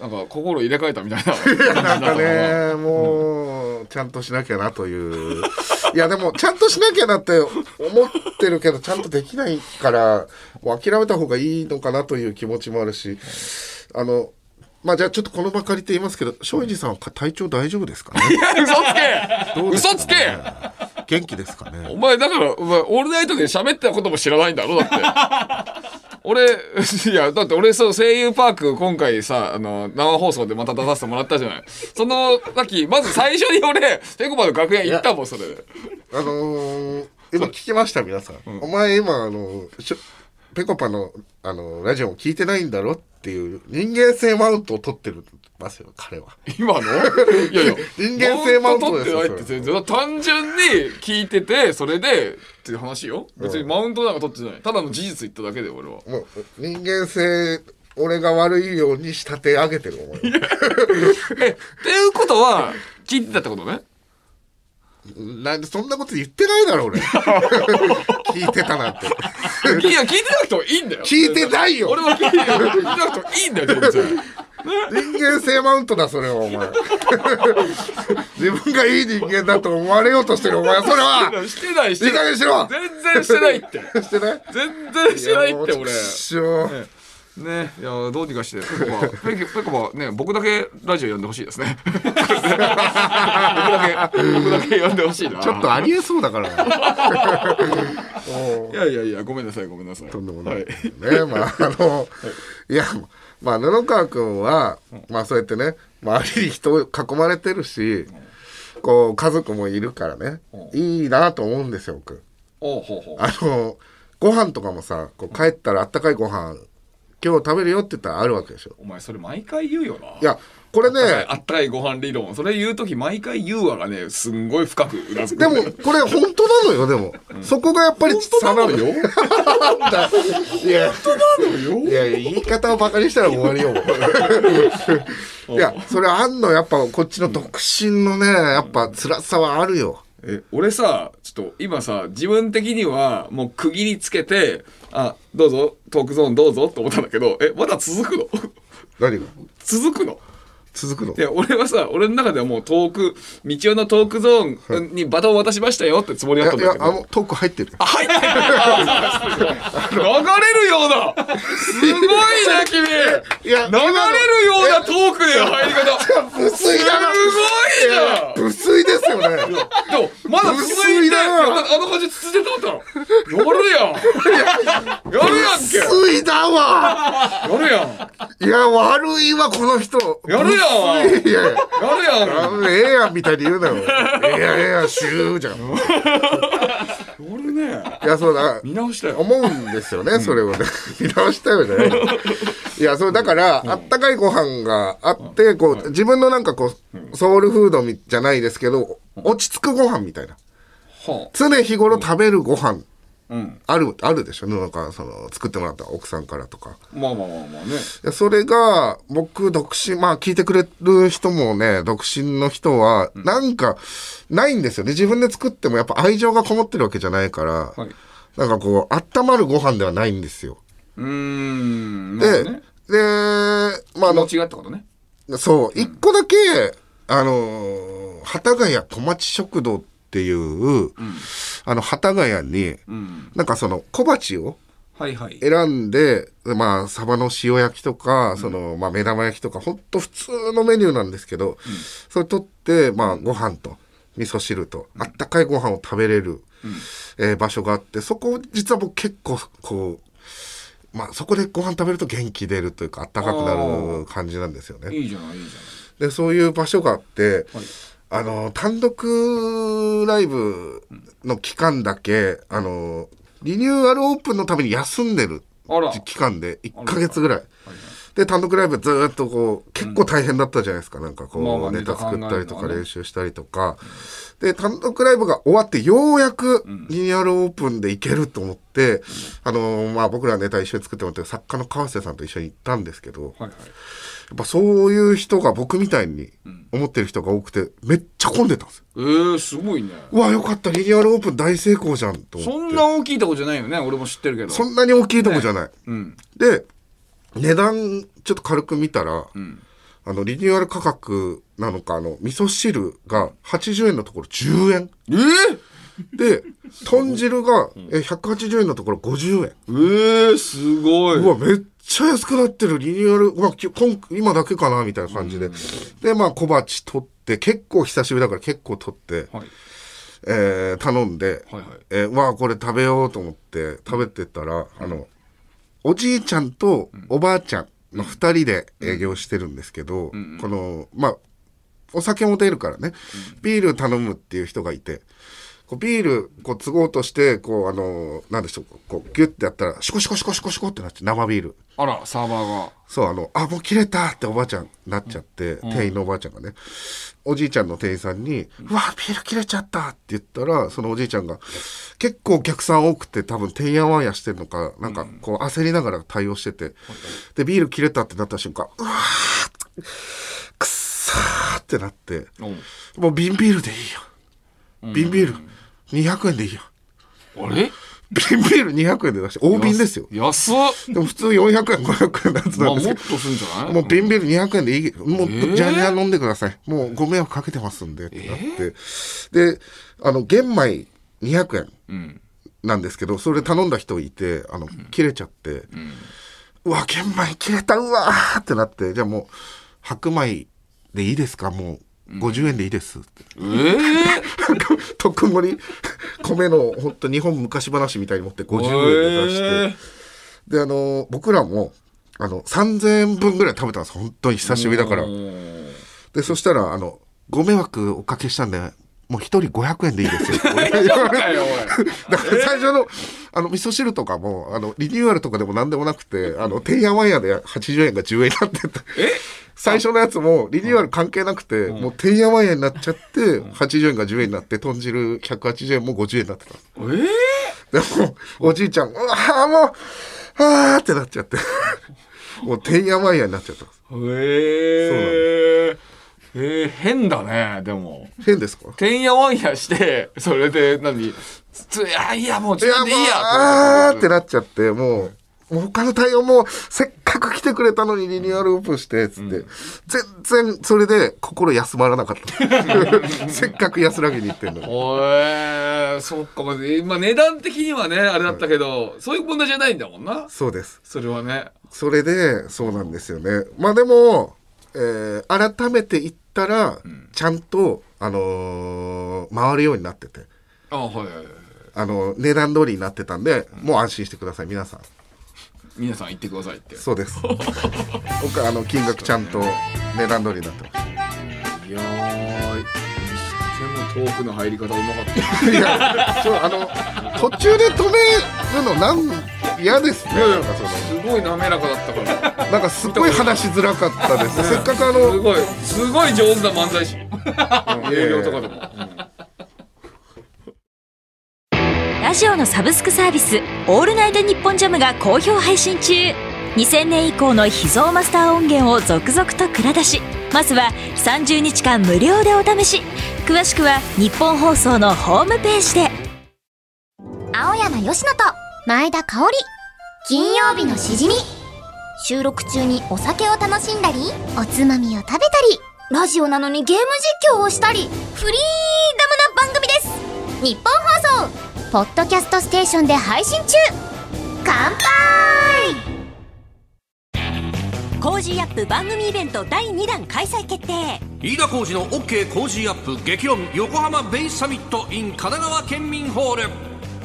[SPEAKER 2] なんか心入れ替えたみたいな
[SPEAKER 1] なんかね、もう、ちゃんとしなきゃなという。いや、でも、ちゃんとしなきゃなって思ってるけど、ちゃんとできないから、もう諦めた方がいいのかなという気持ちもあるし、あの、まあ、じゃあちょっとこのばかりって言いますけど、松陰寺さんは体調大丈夫ですかね
[SPEAKER 2] 嘘つけ
[SPEAKER 1] どうですか
[SPEAKER 2] 嘘つけ
[SPEAKER 1] 元気ですか
[SPEAKER 2] お
[SPEAKER 1] ね
[SPEAKER 2] 前だからお前オールナイトで喋ってたことも知らないんだろだって俺いやだって俺そう声優パーク今回さあの生放送でまた出させてもらったじゃないその時まず最初に俺ペコパの楽屋行ったもんそれで
[SPEAKER 1] あのー今聞きました、皆さん。お前今、あの、しょぺこぱの、あの、ラジオも聞いてないんだろっていう、人間性マウントを取ってるますよ、彼は。
[SPEAKER 2] 今の いやいや
[SPEAKER 1] 人間性マウント
[SPEAKER 2] マ
[SPEAKER 1] ですよ
[SPEAKER 2] ウン取ってないって全然単純に聞いててそれでっていう話よ別にマウントなんか取ってないただの事実言っただけで俺は
[SPEAKER 1] もう人間性俺が悪いように仕立て上げてるお前
[SPEAKER 2] えっていうことは聞いてたってことね
[SPEAKER 1] なんでそんなこと言ってないだろ俺 聞いてたなんて
[SPEAKER 2] いや聞いてなくてもいいんだよ
[SPEAKER 1] 聞いてないよ
[SPEAKER 2] 俺は聞いて聞いてなくてもいいんだよ全然
[SPEAKER 1] 人間性マウントだそれはお前 自分がいい人間だと思われようとしてるお前それは
[SPEAKER 2] してないして
[SPEAKER 1] い
[SPEAKER 2] ない
[SPEAKER 1] い加減にしろ
[SPEAKER 2] 全然してないって
[SPEAKER 1] してない
[SPEAKER 2] 全然してないって
[SPEAKER 1] やもう
[SPEAKER 2] 俺
[SPEAKER 1] ちくしょう
[SPEAKER 2] ねいやどうにかしてペコパペコペコパね僕だけラジオ呼んでほしいです ね僕だけ僕だけ呼んでほしいな
[SPEAKER 1] ちょっとありえそうだから
[SPEAKER 2] いやいやいやごめんなさいごめんなさい
[SPEAKER 1] とんでもない、
[SPEAKER 2] はい
[SPEAKER 1] ねまああ のいやまあ布川君は、まあそうやってね周りに人を囲まれてるし、こう家族もいるからね、いいなと思うんですよ僕
[SPEAKER 2] おうほうほう
[SPEAKER 1] あのご飯とかもさこう帰ったらあったかいご飯今日食べるよって言ったらあるわけでしょ
[SPEAKER 2] お前それ毎回言うよない
[SPEAKER 1] やこれね
[SPEAKER 2] あったかいご飯理論それ言う時毎回言うわがねすんごい深くうなずく
[SPEAKER 1] でもこれ本当なのよでも、そこがやっぱり差なのよなんだ いやいやいや言い方をバカにしたら終わりよも ういやそれあんのやっぱこっちの独身のねやっぱ辛さはあるよ
[SPEAKER 2] え俺さちょっと今さ自分的にはもう区切りつけてあどうぞトークゾーンどうぞって思ったんだけどえまだ続くの
[SPEAKER 1] 何が
[SPEAKER 2] 続くの
[SPEAKER 1] 続くの
[SPEAKER 2] いや俺はさ俺の中ではもうトーク道夫のトークゾーンにバトンを渡しましたよってつもりだったん
[SPEAKER 1] い
[SPEAKER 2] だ
[SPEAKER 1] や
[SPEAKER 2] けど
[SPEAKER 1] あのトーク入ってる
[SPEAKER 2] 入ってる流れるようなすごいな君
[SPEAKER 1] いや
[SPEAKER 2] 流れるようなトークで入り方す
[SPEAKER 1] 無
[SPEAKER 2] ごい
[SPEAKER 1] 水だな
[SPEAKER 2] じゃん
[SPEAKER 1] 無水ですよね
[SPEAKER 2] でもまだ続い
[SPEAKER 1] 薄い
[SPEAKER 2] て
[SPEAKER 1] な
[SPEAKER 2] あの感じ続いてたんだろやるやんやるやんけ
[SPEAKER 1] 無水だわ
[SPEAKER 2] やるやんや
[SPEAKER 1] いや悪いわこの人
[SPEAKER 2] やるやん
[SPEAKER 1] 無水いやいや
[SPEAKER 2] るや
[SPEAKER 1] あ
[SPEAKER 2] ん
[SPEAKER 1] のええやんみたいに言うなよ。ええやんええやん、シューじゃん。い
[SPEAKER 2] 俺ね
[SPEAKER 1] や、そうだ。
[SPEAKER 2] 見直したよ
[SPEAKER 1] 思うんですよね、それをね。 見直したよね。いや、そう、だから、あったかいご飯があって、こう、自分のなんかこう、ソウルフードみじゃないですけど、落ち着くご飯みたいな。
[SPEAKER 2] は
[SPEAKER 1] 常日頃食べるご飯、
[SPEAKER 2] あうん
[SPEAKER 1] ある、あるでしょなんか、その、作ってもらった奥さんからとか。
[SPEAKER 2] まあまあまあまあ
[SPEAKER 1] い
[SPEAKER 2] ね
[SPEAKER 1] やそれが、僕、独身、まあ、聞いてくれる人もね、独身の人は、なんか、ないんですよね。自分で作っても、やっぱ愛情がこもってるわけじゃないから、
[SPEAKER 2] はい
[SPEAKER 1] なんかこう、温まるご飯ではないんですよ。
[SPEAKER 2] うーんまあ
[SPEAKER 1] で、
[SPEAKER 2] ね
[SPEAKER 1] で、まあ、あ
[SPEAKER 2] 間
[SPEAKER 1] の、
[SPEAKER 2] 違ったことね
[SPEAKER 1] そう、一個だけ、あの、幡ヶ谷小町食堂っていう、あの、幡ヶ谷に、
[SPEAKER 2] うん
[SPEAKER 1] なんかその、小鉢を、
[SPEAKER 2] はいはい
[SPEAKER 1] 選んで、まあ、サバの塩焼きとか、その、まあ、目玉焼きとか、ほんと普通のメニューなんですけど、それ取って、まあ、ご飯と、味噌汁と、あったかいご飯を食べれる、えー場所があって、そこ、実は僕結構、こう、まあ、そこでご飯食べると元気出るというか、あったかくなる感じなんですよね。
[SPEAKER 2] いいじゃないいいじゃな
[SPEAKER 1] で
[SPEAKER 2] い
[SPEAKER 1] そういう場所があって、あの単独ライブの期間だけあのリニューアルオープンのために休んでる
[SPEAKER 2] あら
[SPEAKER 1] 期間で1か月ぐらい。で単独ライブずーっとこう結構大変だったじゃないですか、なんかこう、
[SPEAKER 2] まあまあ
[SPEAKER 1] ネタ作ったりと
[SPEAKER 2] ネタ考えるの
[SPEAKER 1] か
[SPEAKER 2] はね
[SPEAKER 1] 練習したりとか、で単独ライブが終わってようやくリニューアルオープンで行けると思って、あのまあ、僕らネタ一緒に作ってもらってる作家の川瀬さんと一緒に行ったんですけど、
[SPEAKER 2] はいはい
[SPEAKER 1] やっぱそういう人が僕みたいに思ってる人が多くて、めっちゃ混んでたんですよ。
[SPEAKER 2] えー、すごいね
[SPEAKER 1] うわ、よかった、リニューアルオープン大成功じゃんと思って。
[SPEAKER 2] そんな大きいとこじゃないよね俺も知ってるけど
[SPEAKER 1] そんなに大きいとこじゃない。
[SPEAKER 2] うん
[SPEAKER 1] で、値段ちょっと軽く見たら、
[SPEAKER 2] ん
[SPEAKER 1] あの、リニューアル価格なのか、あの、味噌汁が80円のところ10円。
[SPEAKER 2] え
[SPEAKER 1] で、
[SPEAKER 2] ー、
[SPEAKER 1] 豚汁がえ180円のところ50円。
[SPEAKER 2] えー、すごいう
[SPEAKER 1] わ、めっちゃ安くなってる、リニューアル、まあ、き今今だけかな、みたいな感じで。で、まあ、小鉢取って、結構久しぶりだから結構取って、
[SPEAKER 2] はい
[SPEAKER 1] えー頼んで、
[SPEAKER 2] はいはい
[SPEAKER 1] えーうわ、これ食べようと思って食べてたら、あの、おじいちゃんとおばあちゃんの二人で営業してるんですけど、この、まあ、お酒も出るからね、ビール頼むっていう人がいて、こうビール、こう、継ごうとして、こう、あの、なんでしょう、こう、ギュッてやったら、シコシコシコシコシコってなって、生ビール。
[SPEAKER 2] あらサーバーが
[SPEAKER 1] そう、あの、あ、もう切れたっておばあちゃんなっちゃって、店員のおばあちゃんがね、おじいちゃんの店員さんに、うわ、ビール切れちゃったって言ったら、そのおじいちゃんが、結構お客さん多くて、多分、てんやわんやしてるのか、なんか、こう、焦りながら対応してて、で、ビール切れたってなった瞬間、うわー、くっさーってなって、もう瓶ビールでいいよ。瓶ビール、200円でいいよ。
[SPEAKER 2] あれ
[SPEAKER 1] 瓶ビール200円で出して、大瓶ですよ。
[SPEAKER 2] 安っ
[SPEAKER 1] でも普通400円、500円のやつ
[SPEAKER 2] まあ
[SPEAKER 1] な
[SPEAKER 2] も
[SPEAKER 1] ん
[SPEAKER 2] っ
[SPEAKER 1] ですけど
[SPEAKER 2] と、するんじゃない
[SPEAKER 1] もう瓶ビール200円でいい、もう
[SPEAKER 2] ー
[SPEAKER 1] じゃんじゃん飲んでください。もうご迷惑かけてますんで、ってなって。で、あの、玄米200円
[SPEAKER 2] うん
[SPEAKER 1] なんですけど、それ頼んだ人いて、あの、切れちゃって、うわ玄米切れたうわーってなってじゃあもう白米でいいですかもう50円でいいですって、
[SPEAKER 2] えー、
[SPEAKER 1] 特盛り米の本当日本昔話みたいに持って50円で出して、
[SPEAKER 2] えー
[SPEAKER 1] であの僕らもあの3000円分ぐらい食べたんです本当に久しぶりだからでそしたらあのご迷惑おかけしたんでもう一人500円でいい ですよって言われて
[SPEAKER 2] だ よおい
[SPEAKER 1] だから最初の、あの、味噌汁とかも、あの、リニューアルとかでも何でもなくて、あの、てんやわんやで80円が10円になってた。 最初のやつも、リニューアル関係なくて、もうてんやわんやになっちゃって、80円が10円になって、豚汁180円も50円になってた。
[SPEAKER 2] え
[SPEAKER 1] でも、おじいちゃん、うわあもう、あーってなっち ゃって。もうてんやわんやになっちゃった。
[SPEAKER 2] ー、えー、えー、変だねでも
[SPEAKER 1] 変ですか
[SPEAKER 2] てんやわんやしてそれで何ついやいやも
[SPEAKER 1] い
[SPEAKER 2] う自
[SPEAKER 1] や、
[SPEAKER 2] 分
[SPEAKER 1] もう
[SPEAKER 2] でいいや
[SPEAKER 1] あーってなっちゃって、もう、もう他の対応も、せっかく来てくれたのにリニューアルオープンして、つって、全然それで心休まらなかった。 せっかく安らぎに行ってんのに。
[SPEAKER 2] おえー、そっか、まあ、今値段的にはね、あれだったけど、そういう問題じゃないんだもんな。
[SPEAKER 1] そうです。
[SPEAKER 2] それはね。
[SPEAKER 1] それで、そうなんですよね。まあでも、えー改めて行ったら、ちゃんと、あのー回るようになってて、
[SPEAKER 2] あはいはいはい。
[SPEAKER 1] あの、値段通りになってたんで、もう安心してください、皆さん。
[SPEAKER 2] 皆さん言ってくださいって。
[SPEAKER 1] そう です。僕はあの、金額ちゃんと値段通りになってます。
[SPEAKER 2] いやー、にしてもトークの入り方うまかっ
[SPEAKER 1] いや、そう、あの、途中で止めるの、なん、嫌ですね。なんかそ
[SPEAKER 2] た。
[SPEAKER 1] の、
[SPEAKER 2] すごい滑らかだったから。
[SPEAKER 1] なんかすっごい話しづらかったです。せっかくあ
[SPEAKER 2] す
[SPEAKER 1] の、
[SPEAKER 2] ごい、すごい上手な漫才師。営業とかでも。
[SPEAKER 3] ラジオのサブスクサービス「オールナイトニッポンジャム」が好評配信中2000年以降の秘蔵マスター音源を続々と蔵出しまずは30日間無料でお試し詳しくは日本放送のホームページで
[SPEAKER 7] 青山よしのと前田香織金曜日のしじみ収録中にお酒を楽しんだりおつまみを食べたりラジオなのにゲーム実況をしたりフリーダムな番組です日本放送ポッドキャストステーションで配信中乾杯
[SPEAKER 3] コージーアップ番組イベント第2弾開催決定
[SPEAKER 6] 飯田浩二の OK 工事アップ激論横浜ベイサミット in 神奈川県民ホール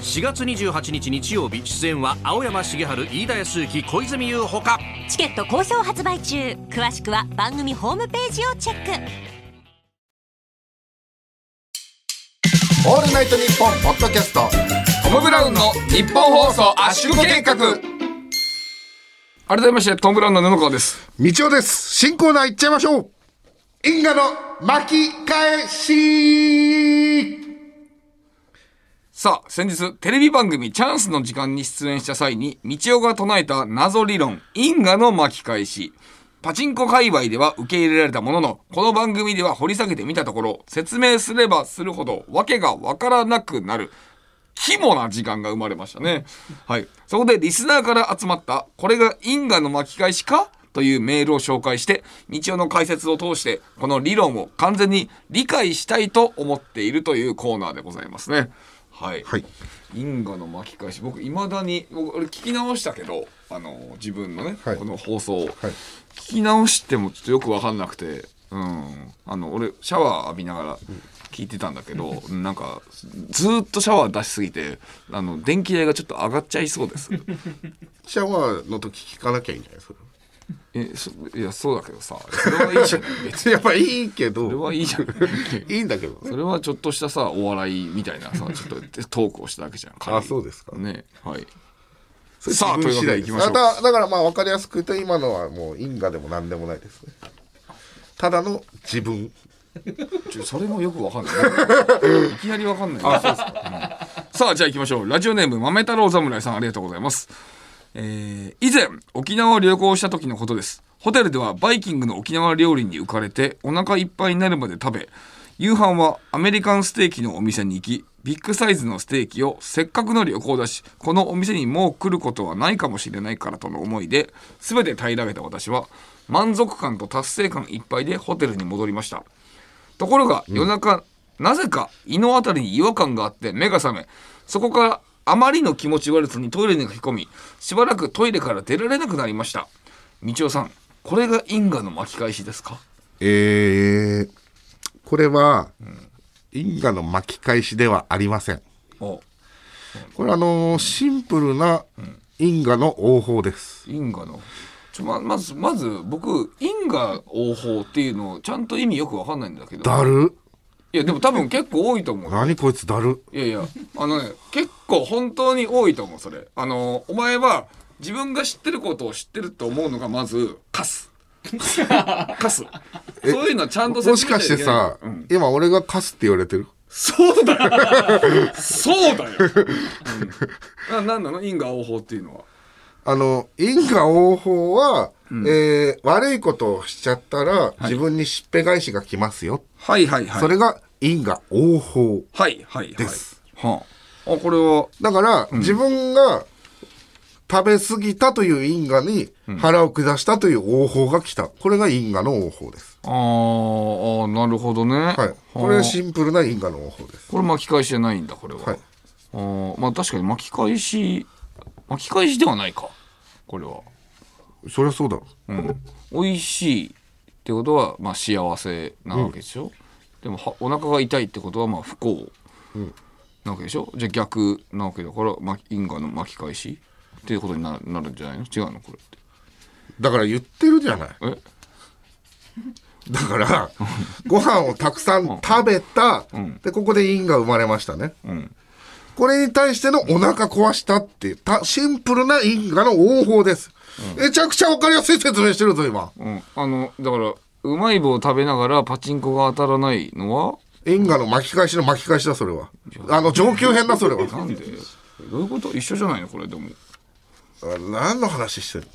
[SPEAKER 6] 4月28日日曜日出演は青山茂春飯田康之小泉優ほか
[SPEAKER 3] チケット好評発売中詳しくは番組ホームページをチェック
[SPEAKER 1] オールナイトニッポンポッドキャスト。
[SPEAKER 2] トム・ブラウンの日本放送圧縮計画。改めまして、トム・ブラウンの布川です。
[SPEAKER 1] みちおです。新コーナー行っちゃいましょう。因果の巻き返し。
[SPEAKER 2] さあ、先日、テレビ番組チャンスの時間に出演した際に、道夫が唱えた謎理論、因果の巻き返し。パチンコ界隈では受け入れられたものの、この番組では掘り下げてみたところ、説明すればするほど、訳がわからなくなる。肝な時間が生まれましたね。はい。そこでリスナーから集まった、これが因果の巻き返しかというメールを紹介して、道夫の解説を通して、この理論を完全に理解したいと思っているというコーナーでございますね。はい。
[SPEAKER 1] はい。
[SPEAKER 2] 因果の巻き返し僕いまだに僕俺聞き直したけどあの自分のね、
[SPEAKER 1] はい
[SPEAKER 2] この放送
[SPEAKER 1] は
[SPEAKER 2] を、
[SPEAKER 1] い
[SPEAKER 2] 聞き直してもちょっとよく分かんなくて、うん、あの俺シャワー浴びながら聞いてたんだけど、なんかずーっとシャワー出しすぎてあの電気代がちょっと上がっちゃいそうです
[SPEAKER 1] シャワーの時聞かなきゃいいんじゃないですか。
[SPEAKER 2] えそいやそうだけどさそれはいいじゃない別に
[SPEAKER 1] やっぱいいけ
[SPEAKER 2] それ
[SPEAKER 1] ど、
[SPEAKER 2] はいいじゃない
[SPEAKER 1] いいんだけどね。
[SPEAKER 2] それはちょっとしたさお笑いみたいなさちょっとトークをしただけじゃん軽い
[SPEAKER 1] あそうですか
[SPEAKER 2] ねはい
[SPEAKER 1] それ
[SPEAKER 2] さあ
[SPEAKER 1] 自分次第
[SPEAKER 2] というわけで行きましょう
[SPEAKER 1] まただからまあ分かりやすく言うと今のはもう因果でも何でもないですね。ただの自分。
[SPEAKER 2] ちょそれもよくわかんない。いきなりわかんない。うんさあ、じゃあ行きましょう。ラジオネーム、豆太郎侍さん、ありがとうございます。えー以前、沖縄を旅行した時のことです。ホテルではバイキングの沖縄料理に浮かれて、お腹いっぱいになるまで食べ、夕飯はアメリカンステーキのお店に行き、ビッグサイズのステーキをせっかくの旅行だし、このお店にもう来ることはないかもしれないからとの思いで、全て平らげた私は、満足感と達成感いっぱいでホテルに戻りました。ところが夜中、なぜか胃のあたりに違和感があって目が覚めそこからあまりの気持ち悪さにトイレに駆け込みしばらくトイレから出られなくなりました道夫さんこれが因果の巻き返しですか
[SPEAKER 1] えー、これは、因果の巻き返しではありません。
[SPEAKER 2] お
[SPEAKER 1] これあのーシンプルな因果の応報です。
[SPEAKER 2] 因果のちょままずまず僕因果応報っていうのをちゃんと意味よくわかんないんだけど
[SPEAKER 1] だる。
[SPEAKER 2] いやでも多分結構多いと思う
[SPEAKER 1] 何こいつだる。
[SPEAKER 2] いやいや、あのね、結構本当に多いと思う、それ。あの、お前は自分が知ってることを知ってると思うのがまず、カス。カス。そういうのちゃんと
[SPEAKER 1] も
[SPEAKER 2] 説
[SPEAKER 1] しか
[SPEAKER 2] 明
[SPEAKER 1] して
[SPEAKER 2] ない
[SPEAKER 1] さ
[SPEAKER 2] といけない、うん
[SPEAKER 1] 今俺がカスって言われてる
[SPEAKER 2] そうだよそうだよ、うん、ななんなの因果応報っていうのは。
[SPEAKER 1] あの、因果応報は、えー悪いことをしちゃったら、自分にしっぺ返しが来ますよ。
[SPEAKER 2] はいはいはい。
[SPEAKER 1] それが因果応報。
[SPEAKER 2] はいはいはい。
[SPEAKER 1] です
[SPEAKER 2] はあ。あ、これは、
[SPEAKER 1] だから、自分が食べ過ぎたという因果に腹を下したという応報が来た。これが因果の応報です。
[SPEAKER 2] あーあー、なるほどね。は
[SPEAKER 1] はい。これはシンプルな因果の応報です。
[SPEAKER 2] これ巻き返しじゃないんだこれは、
[SPEAKER 1] はい
[SPEAKER 2] あーまあ確かに巻き返し巻き返しではないかこれは
[SPEAKER 1] そりゃそうだろ。
[SPEAKER 2] 美味しいってことはまあ幸せなわけでしょ、でもはお腹が痛いってことはまあ不幸なわけでしょじゃあ逆なわけだから、まあ、因果の巻き返しっていうことになるなるんじゃないの違うのこれって
[SPEAKER 1] だから言ってるじゃない。
[SPEAKER 2] え
[SPEAKER 1] だから、ご飯をたくさん食べた。で、ここで因が生まれましたね。これに対してのお腹壊したっていう、たシンプルな因果の応報です。めちゃくちゃわかりやすい説明してるぞ、今。
[SPEAKER 2] うんあのだからうまい棒を食べながらパチンコが当たらないのは
[SPEAKER 1] 因果の巻き返しの巻き返しだ、それは。あの、上級編だ、それは。
[SPEAKER 2] なんでどういうこと一緒じゃないのこれでも
[SPEAKER 1] あ何の話してる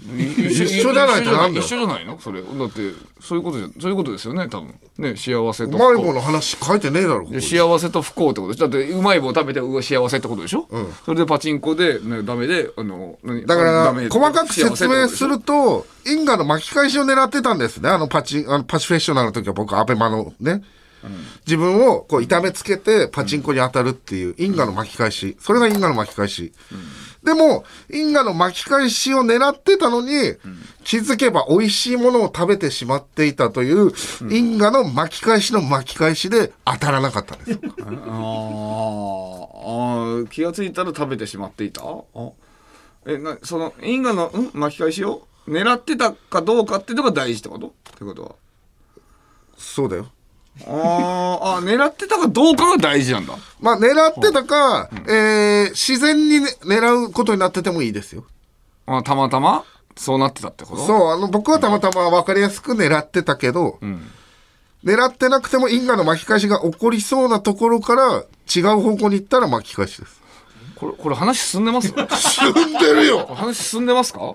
[SPEAKER 2] 一
[SPEAKER 1] 一緒じゃないとなんだよ
[SPEAKER 2] 一緒じゃないのそれだってそういうことじゃそういうことですよね多分ね幸せ
[SPEAKER 1] う
[SPEAKER 2] と
[SPEAKER 1] まい
[SPEAKER 2] 不
[SPEAKER 1] 棒
[SPEAKER 2] 幸
[SPEAKER 1] の話書いてねえだろ、ここ
[SPEAKER 2] で
[SPEAKER 1] に
[SPEAKER 2] 幸せと不幸ってことでしょだってうまい棒食べてうわ幸せってことでしょ、それでパチンコで、ね、ダメであの何
[SPEAKER 1] だから、
[SPEAKER 2] ダメ
[SPEAKER 1] 細かく説明す
[SPEAKER 2] 幸せってことでしょ
[SPEAKER 1] ると、因果の巻き返しを狙ってたんですね。あのパチン、あのパチフェッショナルの時は僕、アベマのね。自分をこう痛めつけてパチンコに当たるっていう因果の巻き返し。それが因果の巻き返し。でも、因果の巻き返しを狙ってたのに、気づけば美味しいものを食べてしまっていたという、因果の巻き返しの巻き返しで当たらなかったんです。
[SPEAKER 2] あーあー気がついたら食べてしまっていたあえなその因果の、うん、巻き返しを狙ってたかどうかっていうのが大事ってことってことは
[SPEAKER 1] そうだよ。
[SPEAKER 2] あーあ狙ってたかどうかが大事なんだ
[SPEAKER 1] まあ、狙ってたか、えー自然にね狙うことになっててもいいですよ。
[SPEAKER 2] まあ、たまたまそうなってたってこと
[SPEAKER 1] そう、あの、僕はたまたま分かりやすく狙ってたけど、狙ってなくても因果の巻き返しが起こりそうなところから、違う方向に行ったら巻き返しです。
[SPEAKER 2] これこれ話進んでます
[SPEAKER 1] 進んでるよ
[SPEAKER 2] 話進んでますか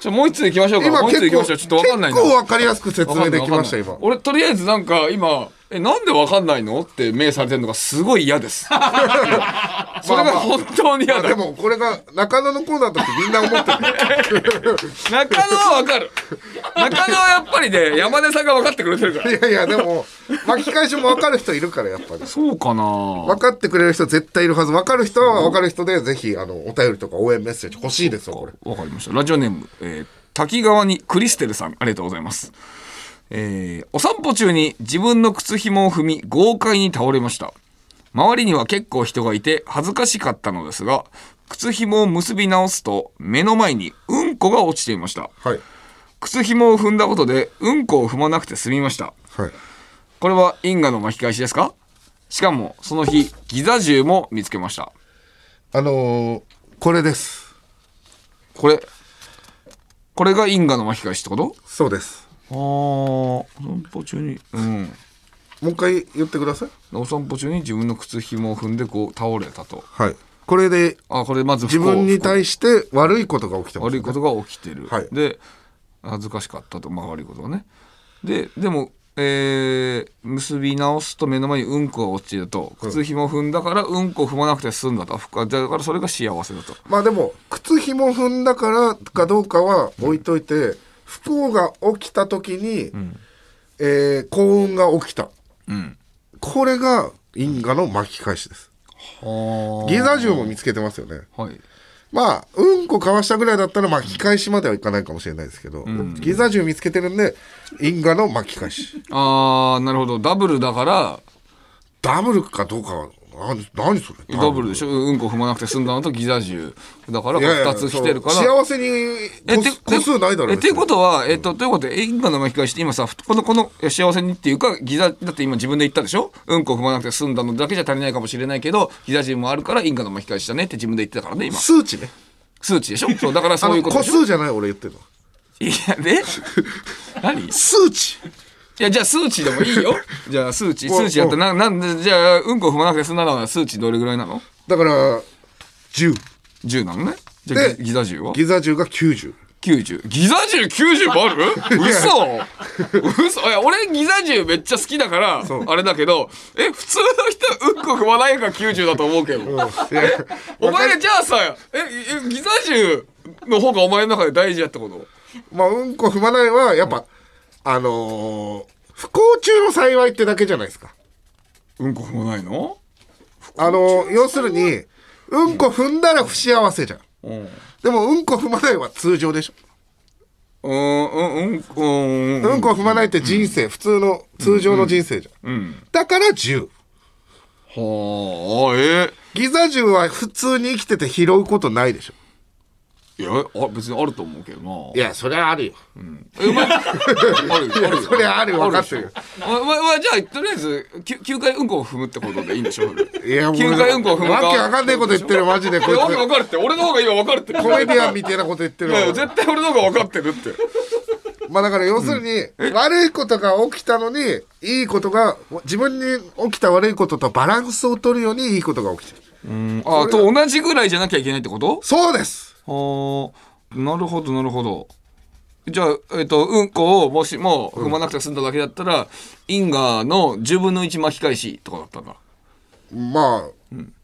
[SPEAKER 2] じゃあもう一つ行きましょう か
[SPEAKER 1] 今
[SPEAKER 2] もう一
[SPEAKER 1] 結
[SPEAKER 2] つ行き
[SPEAKER 1] 構、
[SPEAKER 2] ましょうちょ
[SPEAKER 1] 結
[SPEAKER 2] っとわかんないな
[SPEAKER 1] 構分かりやすく説
[SPEAKER 2] わか
[SPEAKER 1] 明
[SPEAKER 2] んな
[SPEAKER 1] で
[SPEAKER 2] い
[SPEAKER 1] きました、
[SPEAKER 2] わか
[SPEAKER 1] 今
[SPEAKER 2] んない。俺とりあえずなんか今えなんでわかんないのって目されてるのがすごい嫌です それが本当に
[SPEAKER 1] ま
[SPEAKER 2] 嫌
[SPEAKER 1] あ
[SPEAKER 2] だ、
[SPEAKER 1] でも、これが中野のコーナーだってみんな思ってる。
[SPEAKER 2] 中野はわかる中野はやっぱりね山根さんが分かってくれてる から
[SPEAKER 1] いやいや、でも、巻き返しも分かる人いるから、やっぱり。
[SPEAKER 2] そうかな
[SPEAKER 1] 分かってくれる人絶対いるはず。分かる人は分かる人で、ぜひ、あの、お便りとか応援メッセージ欲しいですよ、これ。
[SPEAKER 2] わかりました。ラジオネーム、えー滝川にクリステルさん、ありがとうございます。えーお散歩中に自分の靴紐を踏み、豪快に倒れました。周りには結構人がいて恥ずかしかったのですが、靴紐を結び直すと、目の前にうんこが落ちていました。
[SPEAKER 1] はい。
[SPEAKER 2] 靴紐を踏んだことで、うんこを踏まなくて済みました。
[SPEAKER 1] はい。
[SPEAKER 2] これは因果の巻き返しですかしかも、その日、ギザ銃も見つけました。
[SPEAKER 1] あのーこれです。
[SPEAKER 2] これ、これが因果の巻き返しってこと
[SPEAKER 1] そうです。
[SPEAKER 2] ああ、お散歩中に、うん。
[SPEAKER 1] もう一回言ってください。
[SPEAKER 2] お散歩中に自分の靴紐を踏んでこう倒れたと。
[SPEAKER 1] はい。これで
[SPEAKER 2] あ、これまず
[SPEAKER 1] 自分に
[SPEAKER 2] し
[SPEAKER 1] 対して悪いことが起きてます、
[SPEAKER 2] 悪いことが起きてる。
[SPEAKER 1] はい
[SPEAKER 2] で、恥ずかしかったと、まあ悪いことがね。で、でも、えー結び直すと目の前にうんこが落ちてると、靴紐を踏んだからうんこを踏まなくて済んだと。ふかだからそれが幸せだと。
[SPEAKER 1] まあでも、靴紐踏んだからかどうかは置いといて、不幸が起きた時に、えー幸運が起きた。これが因果の巻き返しです。ギザ銃も見つけてますよね
[SPEAKER 2] はい。
[SPEAKER 1] まあうんこかわしたぐらいだったら巻き返しまではいかないかもしれないですけど、ギザ銃見つけてるんで因果の巻き返し
[SPEAKER 2] あー、なるほど。ダブルだから、
[SPEAKER 1] ダブルかどうかはあ何それ
[SPEAKER 2] ダブルでしょうんこ踏まなくて済んだのとギザ銃。だから、
[SPEAKER 1] いやいや
[SPEAKER 2] 二つ来てるから。
[SPEAKER 1] 幸せに
[SPEAKER 2] え
[SPEAKER 1] 個
[SPEAKER 2] て
[SPEAKER 1] 数個数ないだろ
[SPEAKER 2] えっていうこととは、えっと、ということで、え今の巻き返しって今さ、この、この、え幸せにっていうか、ギザ、だって今自分で言ったでしょうんこ踏まなくて済んだのだけじゃ足りないかもしれないけど、ギザ人もあるから、因果の巻き返しだねって自分で言ってたからね、今。
[SPEAKER 1] 数値ね
[SPEAKER 2] 数値でしょそう、だから
[SPEAKER 1] あ
[SPEAKER 2] そうい
[SPEAKER 1] の
[SPEAKER 2] うこと
[SPEAKER 1] 個
[SPEAKER 2] でしょ
[SPEAKER 1] 数じゃない俺言ってるのはい
[SPEAKER 2] や、で何い
[SPEAKER 1] 数値
[SPEAKER 2] や、じゃあ数値でもいいよ。じゃあ数値、数値やったら、な、なんで、じゃあ、うんこ踏まなくて済んだのは数値どれぐらいなの
[SPEAKER 1] だから10
[SPEAKER 2] ?10 なのね。じゃあ、
[SPEAKER 1] で
[SPEAKER 2] ギギザ10は
[SPEAKER 1] ギザ銃が90
[SPEAKER 2] 90ギザ銃90もあ る嘘嘘いや俺ギザ銃めっちゃ好きだから
[SPEAKER 1] う
[SPEAKER 2] あれだけどえ普通の人はうんこ踏まないが90だと思うけど、
[SPEAKER 1] いや
[SPEAKER 2] お前がじゃあさええギザ銃の方がお前の中で大事やってこと
[SPEAKER 1] まあうんこ踏まないはやっぱ、あのー不幸中の幸いってだけじゃないですか
[SPEAKER 2] うんこ踏まないの
[SPEAKER 1] あのー要するにうんこ踏んだら不幸せじゃん
[SPEAKER 2] うん
[SPEAKER 1] でもうんこ踏まないは通常でしょ、
[SPEAKER 2] うんうんうん
[SPEAKER 1] うん、こ踏まないって人生、普通の通常の人生じゃん、
[SPEAKER 2] ん
[SPEAKER 1] だから10
[SPEAKER 2] はあえ
[SPEAKER 1] ギザ銃は普通に生きてて拾うことないでしょ
[SPEAKER 2] いやあ別にあると思うけどない
[SPEAKER 1] やそれはあるよ
[SPEAKER 2] えお前あるよあるよ
[SPEAKER 1] それはあるよ分かってるよ
[SPEAKER 2] おお前はじゃあとりあえず 9, 9回うんこを踏むって ことでいいんでしょそれ
[SPEAKER 1] いやもう
[SPEAKER 2] 9回うんこ踏むか
[SPEAKER 1] わけわかんないこと言ってるマジで
[SPEAKER 2] い
[SPEAKER 1] こい
[SPEAKER 2] やわけ分
[SPEAKER 1] つ
[SPEAKER 2] かるって俺の方が今分かるって
[SPEAKER 1] コメディアンみたいなこと言ってる
[SPEAKER 2] いやいや
[SPEAKER 1] わ
[SPEAKER 2] 絶対俺の方が分かってるって
[SPEAKER 1] まあだから要するに、悪いことが起きたのにいいことが自分に起きた悪いこととバランスを取るようにいいことが起きてる
[SPEAKER 2] あと同じぐらいじゃなきゃいけないってこと
[SPEAKER 1] そうです
[SPEAKER 2] ああなるほどなるほどじゃあ、えっと、うんこをもしも踏まなくて済んだだけだったら、因果の10分の1巻き返しとかだったんだ
[SPEAKER 1] まあ、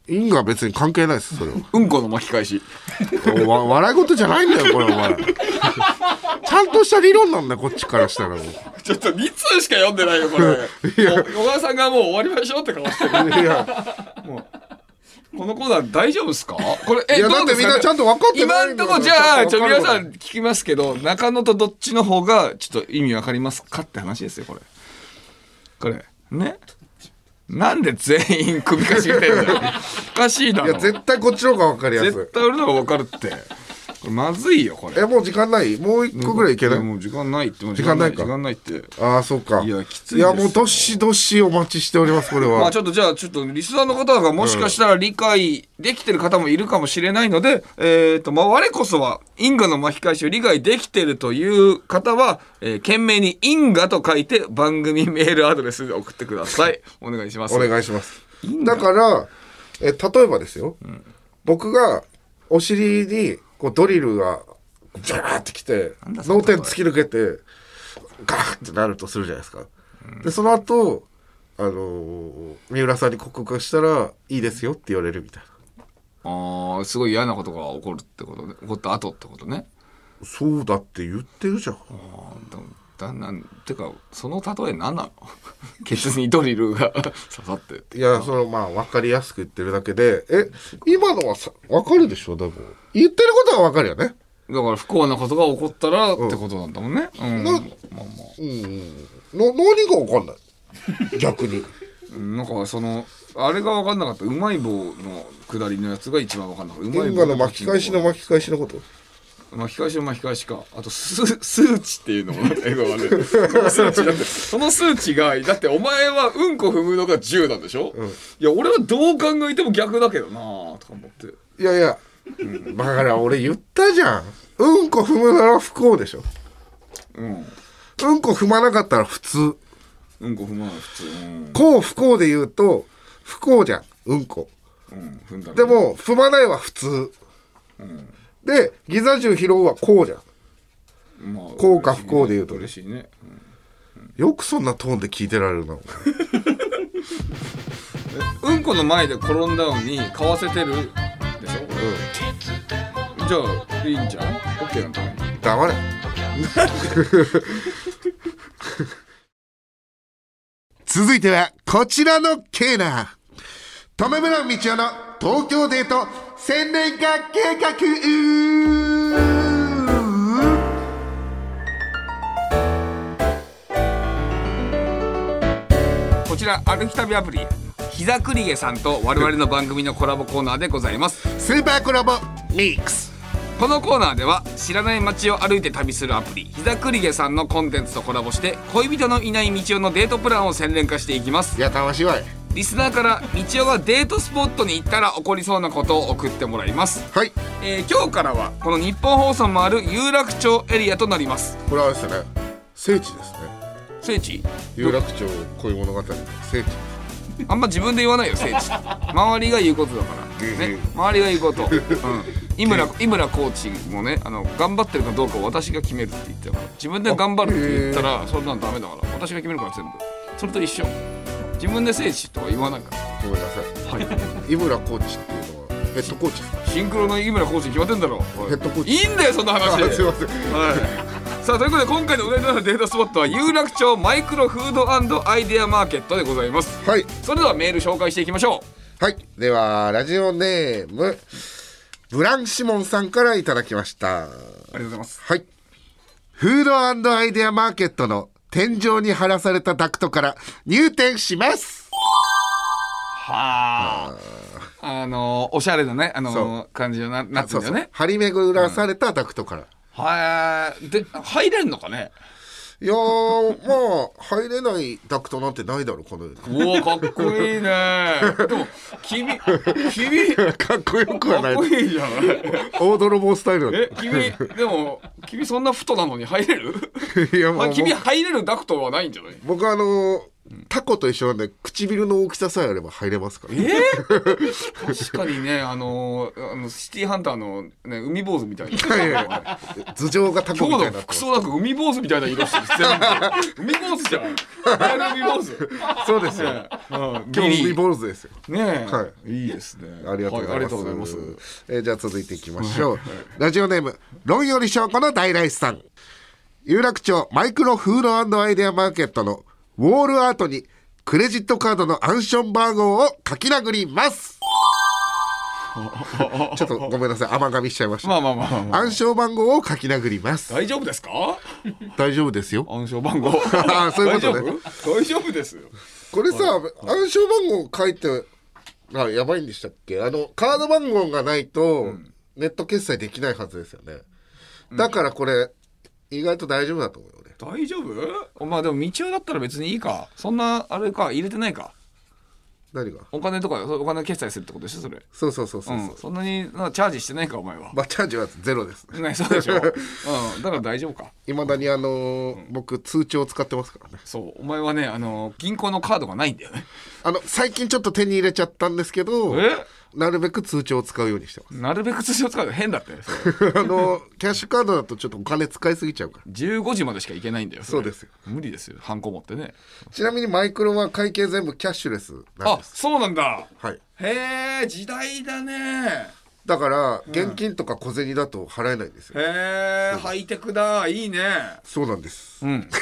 [SPEAKER 1] 因果は別に関係ないですそれは
[SPEAKER 2] うんこの巻き返し
[SPEAKER 1] おわ笑い事じゃないんだよこれお前ちゃんとした理論なんだこっちからしたらもう
[SPEAKER 2] ちょっと2通しか読んで ないよこれ小川さんがもう終わりましょうって顔してる
[SPEAKER 1] いや
[SPEAKER 2] このコーナー大丈夫ですかこれ、え、
[SPEAKER 1] いや
[SPEAKER 2] どう
[SPEAKER 1] だ
[SPEAKER 2] ですか
[SPEAKER 1] ってみんなちゃんと分かってない
[SPEAKER 2] 今ん
[SPEAKER 1] んだ
[SPEAKER 2] とこ
[SPEAKER 1] から
[SPEAKER 2] じゃあ、ち
[SPEAKER 1] ち
[SPEAKER 2] ょ、
[SPEAKER 1] ゃんと
[SPEAKER 2] 皆
[SPEAKER 1] 分か
[SPEAKER 2] さ
[SPEAKER 1] る
[SPEAKER 2] ん聞きますけど、中野とどっちの方が、ちょっと意味わかりますかって話ですよ、これ。これ。ねなんで全員首かしげてんだよ。おかしいだ
[SPEAKER 1] い
[SPEAKER 2] ろ。
[SPEAKER 1] や絶対こっちの方が分かりやすい
[SPEAKER 2] 絶対俺の方がわかるって。これまずいよ、これ。
[SPEAKER 1] えもう時間ないもう一個ぐらいいけない、
[SPEAKER 2] やもう時間ないって。もう時
[SPEAKER 1] 時
[SPEAKER 2] 間
[SPEAKER 1] 間
[SPEAKER 2] ないって。
[SPEAKER 1] ああそうか
[SPEAKER 2] いやきついです
[SPEAKER 1] いやもうどしどしお待ちしておりますこれは、
[SPEAKER 2] まあちょっとじゃあちょっとリスナーの方がもしかしたら理解できてる方もいるかもしれないので、えっ、と、まあ我こそは因果の巻き返しを理解できてるという方は、えー、懸命に因果と書いて番組メールアドレスで送ってください。お願いします。
[SPEAKER 1] お願いしますだからえ例えばですよ、僕がお尻にこうドリルがジャーってきて脳天突き抜けてガーってなるとするじゃないですか、でその後あのー三浦さんに告白したらいいですよって言われるみたいな
[SPEAKER 2] ああ、すごい嫌なことが起こるってことね。起こった後ってことね。
[SPEAKER 1] そうだって言ってるじゃん
[SPEAKER 2] だだなんてか、その例え何なの ケツにドリルが刺さってって。
[SPEAKER 1] いやそのまあ分かりやすく言ってるだけでえ今のはさ分かるでしょでも言ってることは分かるよね
[SPEAKER 2] だから不幸なことが起こったらってことなんだもんね。うん。まあまあ。
[SPEAKER 1] の何が分かんない逆に
[SPEAKER 2] なんかそのあれが分かんなかったうまい棒の下りのやつが一番分かんなかったうまい
[SPEAKER 1] 因
[SPEAKER 2] 棒
[SPEAKER 1] 果の巻き返しの巻き返しのこと
[SPEAKER 2] 巻き返しの巻き返しかあと数数値っていうのもなんかよくわかんないその数値だってその数値がだってお前はうんこ踏むのが10なんでしょ、いや俺はどう考えても逆だけどなぁとか思って
[SPEAKER 1] いやいやだから俺言ったじゃんうんこ踏むなら不幸でしょ
[SPEAKER 2] うん
[SPEAKER 1] うんこ踏まなかったら普通
[SPEAKER 2] うんこ踏まない普通うん、
[SPEAKER 1] こう不幸で言うと不幸じゃんうんこ
[SPEAKER 2] うん、踏んだら
[SPEAKER 1] でも踏まないは普通でギザ銃拾うはこうじゃん
[SPEAKER 2] まあ
[SPEAKER 1] 幸か不幸で言うとね
[SPEAKER 2] 嬉しいね
[SPEAKER 1] よくそんなトーンで聞いてられるなお前
[SPEAKER 2] うんこの前で転んだのに買わせてるでしょ、じゃあいいんじゃん ?OK なんだね
[SPEAKER 1] 黙れ続いてはこちらのケーナー留村道夫の東京デート千年間計画
[SPEAKER 2] こちら歩き旅アプリ膝栗毛さんと我々の番組のコラボコーナーでございます
[SPEAKER 1] スーパーコラボミックス
[SPEAKER 2] このコーナーでは知らない街を歩いて旅するアプリ膝栗毛さんのコンテンツとコラボして恋人のいない道夫のデートプランを洗練化していきます
[SPEAKER 1] いや楽しいわい
[SPEAKER 2] リスナーから道夫がデートスポットに行ったら起こりそうなことを送ってもらいます、
[SPEAKER 1] はい
[SPEAKER 2] えー今日からはこの日本放送もある有楽町エリアとなります
[SPEAKER 1] これはあれですね聖地ですね
[SPEAKER 2] 聖地
[SPEAKER 1] 有楽町恋物語の聖地
[SPEAKER 2] あんま自分で言わないよ聖地周りが言うことだから、
[SPEAKER 1] うんう
[SPEAKER 2] ね
[SPEAKER 1] ん、
[SPEAKER 2] 周りが言うこと、うん、 井村井村コーチもねあの頑張ってるかどうかを私が決めるって言ってたから自分で頑張るって言ったらそんなのダメだから私が決めるから全部それと一緒自分で聖地とか言わないから
[SPEAKER 1] ごめんなさい、はい、井村コーチっていうのはヘッドコーチですか
[SPEAKER 2] シンクロの井村コーチに決まってんだろ
[SPEAKER 1] ヘッドコーチ
[SPEAKER 2] いいんだよそんな話
[SPEAKER 1] あすいません
[SPEAKER 2] はい、さあということで今回の「うなのデータスポット」は有楽町マイクロフードアイデアマーケットでございます
[SPEAKER 1] はい
[SPEAKER 2] それではメール紹介していきましょ
[SPEAKER 1] はい。では、ラジオネーム、ブランシモンさんからいただきました。
[SPEAKER 2] うありがとうございます
[SPEAKER 1] はい。フードアイデアマーケットの天井に貼らされたダクトから入店します
[SPEAKER 2] はあ。あのおしゃれなね、
[SPEAKER 1] そ
[SPEAKER 2] あの感じにななって
[SPEAKER 1] そ
[SPEAKER 2] る
[SPEAKER 1] うんそ
[SPEAKER 2] だよ
[SPEAKER 1] う
[SPEAKER 2] ね。。
[SPEAKER 1] 張り巡らされたダクトから。
[SPEAKER 2] はい。で、入れんのか ね。
[SPEAKER 1] いやー、まあ、入れないダクトなんてないだろ、この世に。
[SPEAKER 2] おお、かっこいいね。でも、君、君、か
[SPEAKER 1] かっこよくはな
[SPEAKER 2] っ
[SPEAKER 1] い
[SPEAKER 2] こ。いいじゃん。
[SPEAKER 1] 大泥棒スタイルだ
[SPEAKER 2] え、君、でも、君そんな太なのに入れる。
[SPEAKER 1] い や、ま
[SPEAKER 2] ま
[SPEAKER 1] あ
[SPEAKER 2] あ、、君
[SPEAKER 1] 僕
[SPEAKER 2] 入れるダクトはないんじゃない。
[SPEAKER 1] 僕はあのータコと一緒なんで、唇の大きささえあれば入れますから。
[SPEAKER 2] え確かにね、あのあのシティハンターのね、海坊主みたいな。
[SPEAKER 1] 頭上がタコ
[SPEAKER 2] 今
[SPEAKER 1] みたいに
[SPEAKER 2] 日の
[SPEAKER 1] なって
[SPEAKER 2] 服
[SPEAKER 1] ます
[SPEAKER 2] 装なんか海坊主みたいな色してる。全部海坊主じゃ ん。リアル海坊主。
[SPEAKER 1] そうですよ。今日海坊主ですよ。
[SPEAKER 2] ねえ、、
[SPEAKER 1] はい
[SPEAKER 2] いですね
[SPEAKER 1] ありがとうございます。
[SPEAKER 2] はありがとうございます
[SPEAKER 1] えーじゃあ続いていきましょう。ラジオネーム、論より証拠の大来さん。有楽町マイクロフードアイデアマーケットのウォールアートにクレジットカードの暗証番号を書き殴り ます。ちょっとごめんなさい。甘噛みしちゃいました。
[SPEAKER 2] まあまあまあまあ、まあ、
[SPEAKER 1] 暗証番号を書き殴ります。
[SPEAKER 2] 大丈夫ですか
[SPEAKER 1] 大丈夫ですよ。
[SPEAKER 2] 暗証番号
[SPEAKER 1] あーそういうことね
[SPEAKER 2] 大丈夫大丈夫ですよ
[SPEAKER 1] これさ、暗証番号書いてあやばいんでしたっけあのカード番号がないとネット決済できないはずですよね、だからこれ意外と大丈夫だと思うよね
[SPEAKER 2] 大丈夫まあでも道夫だったら別にいいかそんなあれか入れてないか
[SPEAKER 1] 何が
[SPEAKER 2] お金とかそうお金決済するってことでしょそれ
[SPEAKER 1] そうそうそうそうう、
[SPEAKER 2] んそんなになんかチャージしてないかお前は
[SPEAKER 1] まあチャージはゼロですね
[SPEAKER 2] ねそうでしょ、 うん、だから大丈夫か
[SPEAKER 1] いまだにあのー僕通帳を使ってますからね
[SPEAKER 2] そうお前はねあの銀行のカードがないんだよね
[SPEAKER 1] あの最近ちょっと手に入れちゃったんですけど
[SPEAKER 2] え
[SPEAKER 1] なるべく通帳を使うようにしてま
[SPEAKER 2] なるべく通常使うの変だってそれ
[SPEAKER 1] す あのーキャッシュカードだとちょっとお金使いすぎちゃうから
[SPEAKER 2] 15時までしか行けないんだよれ
[SPEAKER 1] そうですよ
[SPEAKER 2] 無理ですよハンコ持ってね
[SPEAKER 1] ちなみにマイクロは会計全部キャッシュレスなん
[SPEAKER 2] あ
[SPEAKER 1] です
[SPEAKER 2] そうなんだ
[SPEAKER 1] はい
[SPEAKER 2] へえ時代だね
[SPEAKER 1] だから現金とか小銭だと払えないんですよ、
[SPEAKER 2] へえハイテクだいいね
[SPEAKER 1] そうなんです、
[SPEAKER 2] そうなんで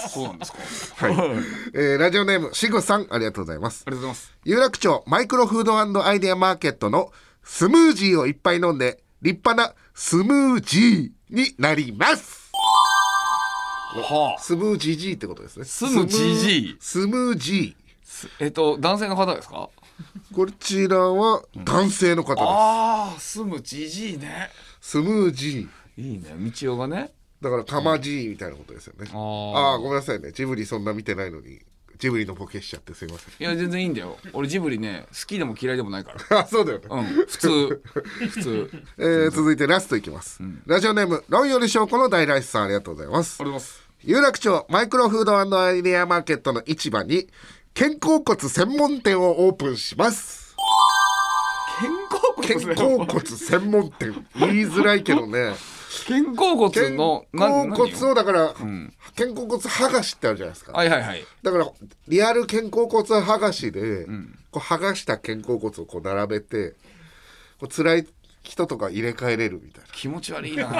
[SPEAKER 2] す そうなんですかあ
[SPEAKER 1] はい、えーラジオネームしぐさんありがとうございます
[SPEAKER 2] りがとうございます
[SPEAKER 1] 有楽町マイクロフードアイデアマーケットのスムージーをいっぱい飲んで立派なスムージーになります
[SPEAKER 2] はあ
[SPEAKER 1] スムージージーってことですね
[SPEAKER 2] スムジージー
[SPEAKER 1] スムージ
[SPEAKER 2] えっと男性の方ですか
[SPEAKER 1] ーこちらは男性の方で
[SPEAKER 2] ああ住むジジイね
[SPEAKER 1] すスムージー
[SPEAKER 2] いいね道夫がね
[SPEAKER 1] だからかまじーみたいなことですよね、
[SPEAKER 2] ー
[SPEAKER 1] ああごめんなさいねジブリそんな見てないのにジブリのボケしちゃってすいません
[SPEAKER 2] いや全然いいんだよ俺ジブリね好きでも嫌いでもないから
[SPEAKER 1] あそうだよね、
[SPEAKER 2] うん普 通普通
[SPEAKER 1] えー続いてラストいきます、ラジオネーム論より証拠の大来さんありがとうございます
[SPEAKER 2] あります
[SPEAKER 1] 有楽町マイクロフードアイデアマーケットの市場に肩甲骨専門店をオープンします
[SPEAKER 2] 肩甲骨
[SPEAKER 1] 肩甲骨専門店言いづらいけど ね
[SPEAKER 2] 肩甲骨
[SPEAKER 1] 肩甲
[SPEAKER 2] のな
[SPEAKER 1] 骨
[SPEAKER 2] 何
[SPEAKER 1] をだから、肩甲骨剥がしってあるじゃないですか、
[SPEAKER 2] はいはいはい
[SPEAKER 1] だからリアル肩甲骨剥がしで、こう剥がした肩甲骨をこう並べてこう辛い人とか入れ替えれるみたいな
[SPEAKER 2] 気持ち悪 いな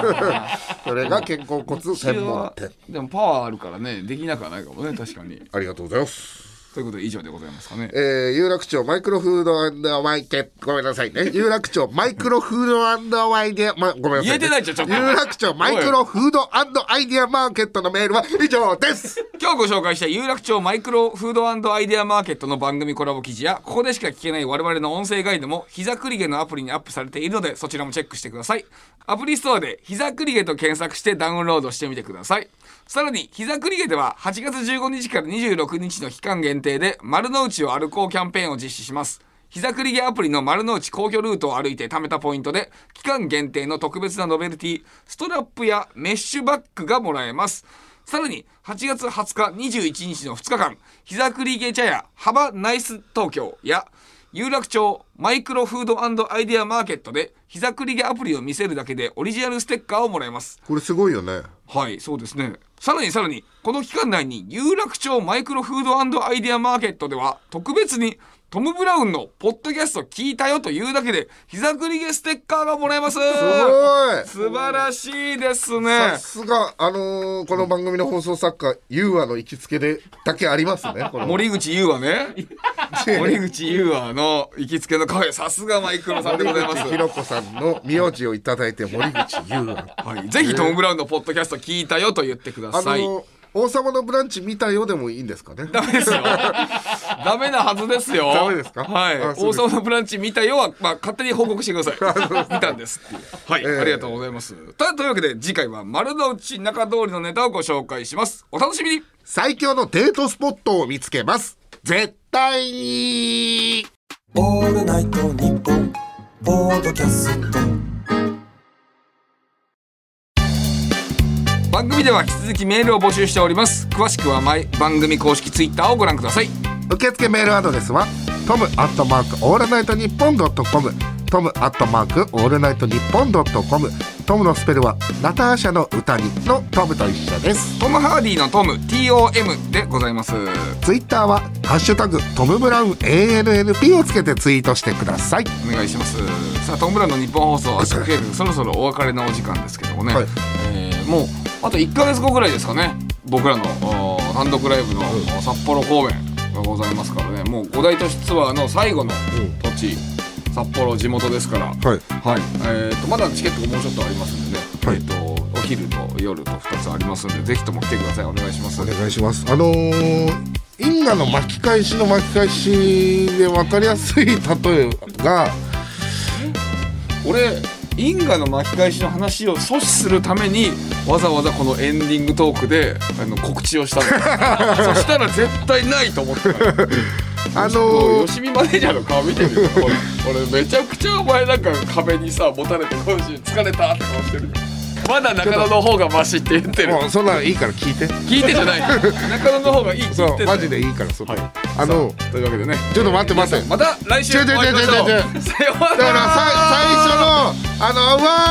[SPEAKER 1] それが肩甲骨専門店
[SPEAKER 2] でもパワーあるからねできなくはないかもね確かに
[SPEAKER 1] ありがとうございます。
[SPEAKER 2] ということで以上でございますかね
[SPEAKER 1] えー、有楽町マイクロフードワインケごめんなさい ね。有楽町マイクロフードワイデア、ま、ごめんなさい、ね。
[SPEAKER 2] 言えてないじゃんちょっと
[SPEAKER 1] 有楽町マイクロフードアイデアマーケットのメールは以上です。
[SPEAKER 2] 今日ご紹介した有楽町マイクロフードアイデアマーケットの番組コラボ記事やここでしか聞けない我々の音声ガイドも膝くりげのアプリにアップされているのでそちらもチェックしてくださいアプリストアで膝くりげと検索してダウンロードしてみてくださいさらに膝くりげでは8月15日から26日の期間限定で丸の内を歩こうキャンペーンを実施します膝くりげアプリの丸の内皇居ルートを歩いて貯めたポイントで期間限定の特別なノベルティストラップやメッシュバッグがもらえますさらに8月20日21日の2日間膝くりげ茶屋幅ナイス東京や有楽町マイクロフードアイデアマーケットで膝くりげアプリを見せるだけでオリジナルステッカーをもらえます
[SPEAKER 1] これすごいよね。
[SPEAKER 2] はい、そうですね。さらにさらに、この期間内に有楽町マイクロフードアイデアマーケットでは、特別にトム・ブラウンのポッドキャスト聞いたよというだけで、膝くりげステッカーがもらえます。す
[SPEAKER 1] ごい
[SPEAKER 2] 素晴らしいですね
[SPEAKER 1] さ。すが、あのーこの番組の放送作家、ユーアの行きつけで、だけあります ね。この
[SPEAKER 2] 森口優 はね、森口優はの行きつけのカフェ、さすがマイクロさんでございま
[SPEAKER 1] 森
[SPEAKER 2] す
[SPEAKER 1] 口。博子さんの名字をいただいて、森口ユーア。
[SPEAKER 2] はい、ぜひトム・ブラウンのポッドキャスト聞いたよと言ってくだ
[SPEAKER 1] あの
[SPEAKER 2] さい。
[SPEAKER 1] ー王様のブランチ見たよでもいいんですかね。
[SPEAKER 2] ダメですよ。 ダメなはずですよ。
[SPEAKER 1] ダメですか
[SPEAKER 2] はい。
[SPEAKER 1] あそう
[SPEAKER 2] 王
[SPEAKER 1] です
[SPEAKER 2] 様のブランチ見たよは、まあ、勝手に報告してくだ さい。見たんですっていう。はい、
[SPEAKER 1] ー
[SPEAKER 2] ありがとうございます。たというわけで、次回は丸の内中通りのネタをご紹介します。お楽しみに
[SPEAKER 1] 最強のデートスポットを見つけます。絶対に
[SPEAKER 8] オールナイトニッポンポードキャスト
[SPEAKER 2] 番組では引き続きメールを募集しております。詳しくは毎番組公式ツイッターをご覧ください。
[SPEAKER 1] 受付メールアドレスはトムアットマークオールナイトニッポンドットコムトムアットマークオールナイトニッポンドットコムトムのスペルはナターシャの歌にのトムと一緒です
[SPEAKER 2] トム・ハーディのトム、TOM でございます。
[SPEAKER 1] ツイッターはハッシュタグトムブラウン ANNP をつけてツイートしてください
[SPEAKER 2] お願いしますさあトム・ブラウンの日本放送圧縮計画そろそろお別れのお時間ですけどもね、
[SPEAKER 1] はい
[SPEAKER 2] えーもうあと1か月後ぐらいですかね僕らのおー単独ライブのお札幌公演がございますからねもう五大都市ツアーの最後の土地、札幌地元ですから、はい
[SPEAKER 1] い
[SPEAKER 2] えーとまだチケットがもうちょっとありますんでね、
[SPEAKER 1] はい
[SPEAKER 2] えーとお昼と夜と2つありますんでぜひとも来てくださいお願いします
[SPEAKER 1] お願いしますあのー因果の巻き返しの巻き返しで分かりやすい例えが
[SPEAKER 2] 俺因果の巻き返しの話を阻止するためにわざわざこのエンディングトークであの告知をした のそしたら絶対ないと思ったから
[SPEAKER 1] あ
[SPEAKER 2] も
[SPEAKER 1] の
[SPEAKER 2] う
[SPEAKER 1] ー
[SPEAKER 2] 吉見マネージャーの顔見てみるよこれ俺めちゃくちゃお前なんか壁にさ持たれて今週疲れたって顔してるまだ中野の方がマシって言ってる
[SPEAKER 1] もうそんなのいいから聞いて
[SPEAKER 2] 聞いてじゃない 中野の方がいいって言っ
[SPEAKER 1] そ
[SPEAKER 2] て
[SPEAKER 1] うん
[SPEAKER 2] だ
[SPEAKER 1] マ
[SPEAKER 2] よ
[SPEAKER 1] ジでいいからそこ、
[SPEAKER 2] はい
[SPEAKER 1] あのー
[SPEAKER 2] というわけでね
[SPEAKER 1] ちょっと待って待って
[SPEAKER 2] また来週お会いしましょう
[SPEAKER 1] ちょちょちょちょち
[SPEAKER 2] さような
[SPEAKER 1] だから
[SPEAKER 2] ら
[SPEAKER 1] さ最初のあのうわ